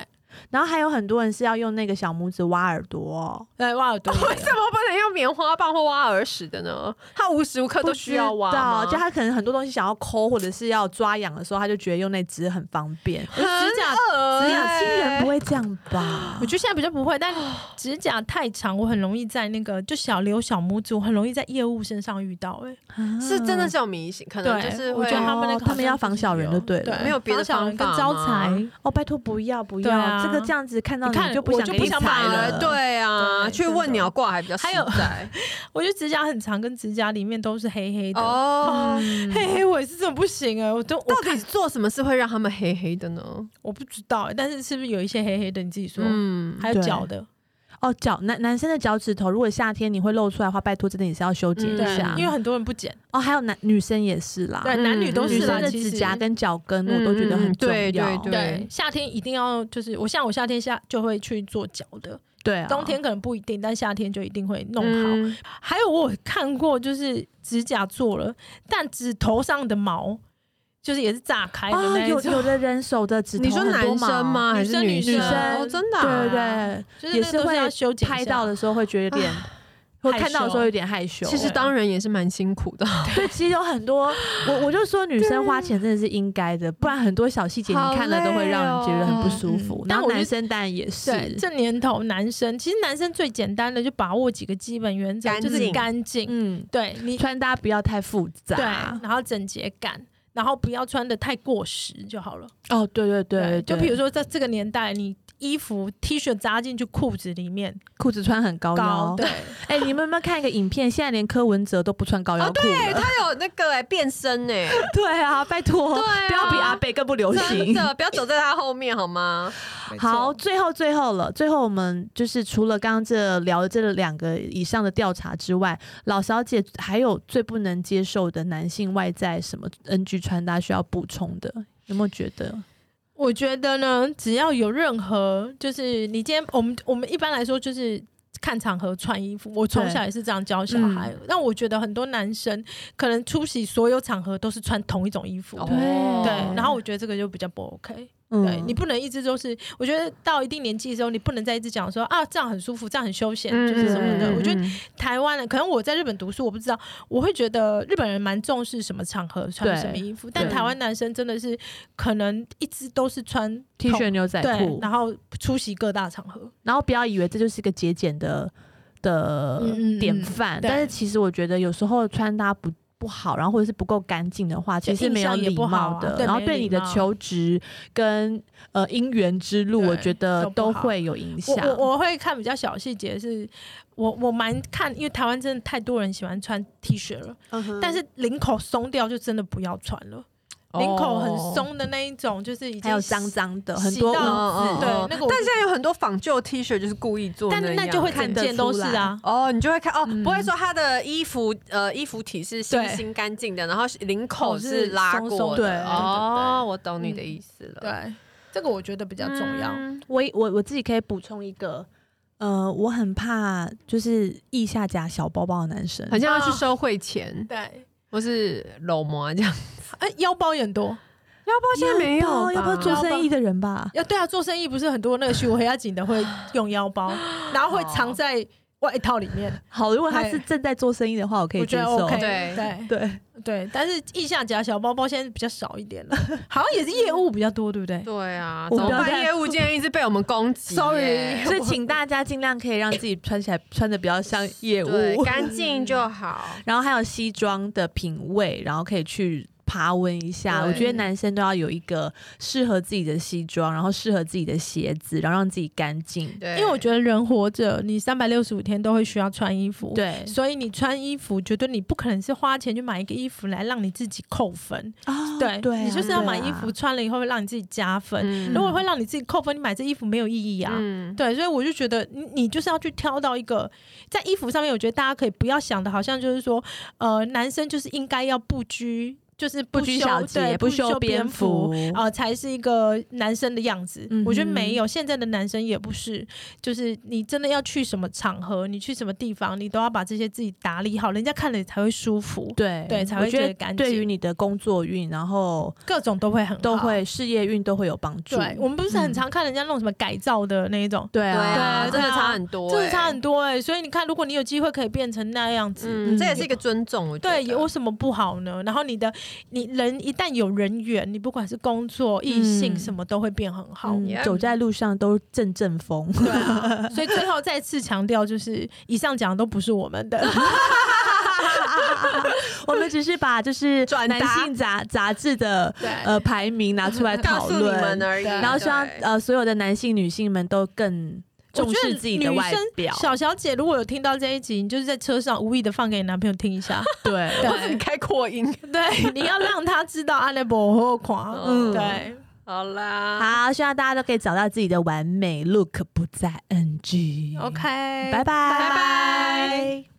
A: 然后还有很多人是要用那个小拇指挖耳朵，
B: 对，挖耳朵。
C: 为什么不能用棉花棒或挖耳屎的呢？他无时无刻都需要挖吗
A: 不知道就他可能很多东西想要抠或者是要抓痒的时候，他就觉得用那只很方便。
B: 我指甲，
C: 恶
A: 只有
C: 欸
A: 亲人不会这样吧
B: 我？觉得现在比较不会，但指甲太长，我很容易在那个就小留小拇指，我很容易在业务身上遇到。哎，
A: 嗯
C: 是真的是有迷信，可能
B: 对
C: 就是
B: 我
C: 会
B: 觉得他们那
A: 哦
B: 个
A: 他们要防小人就对了
B: 对，
C: 没有别的
B: 防小人跟
C: 方法
B: 招
C: 吗
B: 财。
A: 哦，拜托不要不
B: 对
A: 要，
B: 啊
A: 这个这样子看到
B: 你看
A: 就不
B: 我
A: 想
B: 就
A: 给
B: 不
A: 你
B: 想
A: 买
B: 买
A: 了，
B: 了
C: 对啊，
B: 对
C: 去
B: 真的
C: 问鸟挂还比较实
B: 还有
C: 在
B: 我觉得指甲很长，跟指甲里面都是黑黑的。
C: 哦。
B: 嘿嘿，我也是这种不行哎，我都我
C: 到底做什么事会让他们黑黑的呢？
B: 我不知道哎，但是是不是有一些黑黑的？你自己说，
C: 嗯，
B: 还有脚的，
A: 哦，脚男男生的脚趾头，如果夏天你会露出来的话，拜托真的也是要修剪
C: 嗯
A: 一
B: 对
A: 下，，
B: 因为很多人不剪，
A: 哦，还有男女生也是啦，
B: 对，男女都
C: 嗯
A: 女
B: 是
A: 生
B: 啦，
A: 的
B: 其实
A: 指甲跟脚跟我都觉得
C: 嗯嗯
A: 很
C: 嗯
A: 重
C: 对
A: 要，
C: 对
B: 对，夏天一定要就是我像我夏天下就会去做脚的，
A: 对啊，
B: 冬天可能不一定，但夏天就一定会弄好。
C: 嗯
B: 还有我有看过就是指甲做了，但指头上的毛就是也是炸开的
A: 啊，
B: 那一
A: 有
B: 种，
A: 有的人手的指头
C: 你说
A: 很多
C: 男生
A: 毛？
C: 吗？还
B: 女
C: 是
B: 生
C: 女
B: 女生
C: 哦真的啊，
A: 对对对，
B: 就是那个都是要修剪一下
A: 拍到的时候会觉得有点， 会
B: 害
A: 看到的时候
B: 羞
A: 有点害羞。
C: 其实当人也是蛮辛苦的，
A: 对，其实有很多，我我就说女生花钱真的是应该的，不然很多小细节你
C: 好
A: 看了都会让人觉得很不舒
B: 累哦
A: 服
B: 嗯。
A: 然
B: 嗯但
A: 后
B: 我就
A: 男生当然也是，
B: 对，这年头男生其实男生最简单的就把握几个基本原则，
C: 干
B: 就
C: 净
B: 是干净，
A: 嗯，
B: 对你
A: 穿搭不要太复
B: 对，
A: 杂。
B: 然后整洁感。然后不要穿的太过时就好了。
A: 哦，对对对，
B: 就比如
A: 说
B: 说在这个年代，你衣服 T 恤扎进去裤子里面，
A: 裤子穿很高
B: 高
A: 腰。
B: 对，
A: 哎，你们有没有看一个影片？现在连柯文哲都不穿高腰
C: 哦
A: 裤了。
C: 他有那个哎变身呢，
A: 对啊，拜托，
C: 对啊
A: 不要比阿贝更不流
C: 真
A: 行。
C: 的 不要走在他后面好 吗？
A: 好，最后最后了，最后我们就是除了刚刚这聊的这两个以上的调查之外，老小姐还有最不能接受的男性外在什么 NG 穿搭需要补充的，有没有觉得？
B: 我觉得呢，只要有任何，就是你今天我们我们一般来说就是看场合穿衣服，我从小也是这样教小孩。
A: 嗯
B: 那、我觉得很多男生可能出席所有场合都是穿同一种衣服，
C: 哦
B: 对
C: 哦。
B: 然后我觉得这个就比较不 OK，、
A: 嗯
B: 对你不能一直都是，我觉得到一定年纪的时候，你不能再一直讲说啊这样很舒服，这样很休闲，就是什么的。
A: 嗯嗯嗯
B: 我觉得
C: 得
B: 台湾的，可能我在日本读书，我不知道，我会觉得日本人蛮重视什么场合穿
A: 对
B: 什么衣服，但
A: 对
B: 台湾男生真的是可能一直都是穿
A: T
B: 同
A: 恤、牛仔
B: 对
A: 裤，，
B: 然后出席各大场合，
A: 然后不要以为这就是一个节俭的的
B: 嗯嗯嗯
A: 典范，
B: 对
A: 但是其实我觉得有时候穿搭不。不好，然后或者是不够干净的话，其
B: 对
A: 实没有
B: 印象也
A: 礼
B: 不好
A: 貌
B: 啊
A: 的，
B: 对
A: 然后
B: 没
A: 对你
B: 礼
A: 的
B: 貌
A: 求职跟呃姻缘之路，我
B: 对
A: 觉得
B: 都不
A: 都
B: 好
A: 会有影响
B: 我。我我会看比较小细节是，我我蛮看，因为台湾真的太多人喜欢穿 T 恤了，
C: 嗯
A: 嗯
B: 但是领口松掉就真的不要穿了，领口很
C: 哦
B: 松的那一种，就是已经
A: 哦还有脏脏的，
B: 洗
A: 很多
B: 到
A: 污
C: 嗯嗯
A: 渍。
B: 对那个我，
C: 但现在有很多仿旧 T 恤就是故意做
B: 但
C: 样，
B: 那就会整
A: 看得
B: 件都
A: 出
B: 是
A: 来
B: 啊，
C: 哦，你就会看哦，
A: 嗯
C: 不会说他的衣服呃衣服体是新
B: 对
C: 新干净的，然后领口
B: 口
C: 哦是
B: 是
C: 拉
B: 松
C: 过
B: 松
A: 的
C: 的。
A: 对
C: 哦
B: 对对，对
C: 我懂你的意思了，
B: 对，这个我觉得比较重要。
C: 嗯
A: 我我我自己可以补充一个，呃，我很怕就是腋下夹小包包的男生，
C: 很像要去收汇钱
B: 对，
C: 或是搂膜啊这样。
B: 哎，腰包也很多。
C: 腰包现在没有吧，
A: 要不要做生意的人吧？
B: 要对啊，做生意不是很多那个虚无黑压紧的会用腰 包，然后会藏在外套里面，
A: 好，如果他是正在做生意的话，我可以
B: 我
A: 接
B: 觉得
A: 受。
B: OK
C: 对
B: 对
A: 对，
B: 对，但是腋下夹小包包现在比较少一点了，好像也是业务比较多，对不对？
C: 对啊，
A: 我
C: 怎
A: 们
C: 么
A: 不要再
C: 办？业务竟然一直被我们攻击
B: Sorry
C: 耶
A: 所以请大家尽量可以让自己穿起来穿的比较像业务
C: 对，，干净就好。
A: 然后还有西装的品味，然后可以去爬文一下。我
C: 对
A: 觉得男生都要有一个适合自己的西装，然后适合自己的鞋子，然后让自己干净。
C: 对，
B: 因为我觉得人活着，你三百六十五天都会需要穿衣服，，
A: 对，
B: 所以你穿衣服，绝对你不可能是花钱去买一个衣服来让你自己扣分，
A: 啊
B: 哦对，
A: 对啊，
B: 你就是要买
A: 对
B: 衣
A: 啊
B: 服穿了以后会让你自己加分，
C: 嗯
B: 如果会让你自己扣分，你买这衣服没有意义啊，
C: 嗯，
B: 对，所以我就觉得你你就是要去挑到一个在衣服上面，我觉得大家可以不要想的，好像就是说，呃，男生就是应该要不拘，就是
A: 不
B: 修
A: 拘小节，
B: 对
A: 不
B: 不
A: 修
B: 边
A: 边幅。
B: 啊、才是一个男生的样子。我觉得
A: 嗯哼
B: 没有，现在的男生也不是，就是你真的要去什么场合，你去什么地方，你都要把这些自己打理好，人家看了才会舒服，
A: 对
B: 对才
A: 我
B: 会
A: 觉
B: 觉
A: 得
B: 得干净
A: 对于你的工作运，然后
B: 各种都会很好
A: 都。会事业运都会有帮助。
B: 对，我们不是很
A: 嗯
B: 常看人家弄什么改造的那一种，
A: 对
C: 对啊，
A: 啊，
B: 对
C: 真的
B: 啊
C: 差很多、欸，
B: 真的差很多哎、所以你看，如果你有机会可以变成那样子，
C: 嗯，这也是
A: 嗯
C: 一个尊重，我觉
B: 对，
C: 得
B: 有什么不好呢？然后你的你人一旦有人缘，你不管是工作、异性
A: 嗯
B: 什么都会变很好。
A: 嗯
C: Yeah
A: 走在路上都阵阵风。
B: 对啊，所以最后再次强调，就是以上讲的都不是我们 的，
A: 我们只是把就是
C: 转达
A: 男性杂杂志的
B: 对
A: 呃排名拿出来
C: 告
A: 讨
C: 诉你们
A: 论，
C: 而已。
B: 对
A: 然后希望
C: 对
A: 呃所有的男性女性们都更
B: 我
A: 重
B: 觉得
A: 视自己的
B: 女
A: 外
B: 生
A: 表。
B: 小小姐如果有听到这一集，你就是在车上无意的放给你男朋友听一下，
A: 对，
B: 对
C: 或者你开扩 音，
B: 对，你要让他知道阿雷伯后款，
A: 嗯
B: 嗯，对，
C: 好啦，
A: 好，希望大家都可以找到自己的完美 look，不再 NG。
B: ，OK，
A: 拜拜，
B: 拜拜。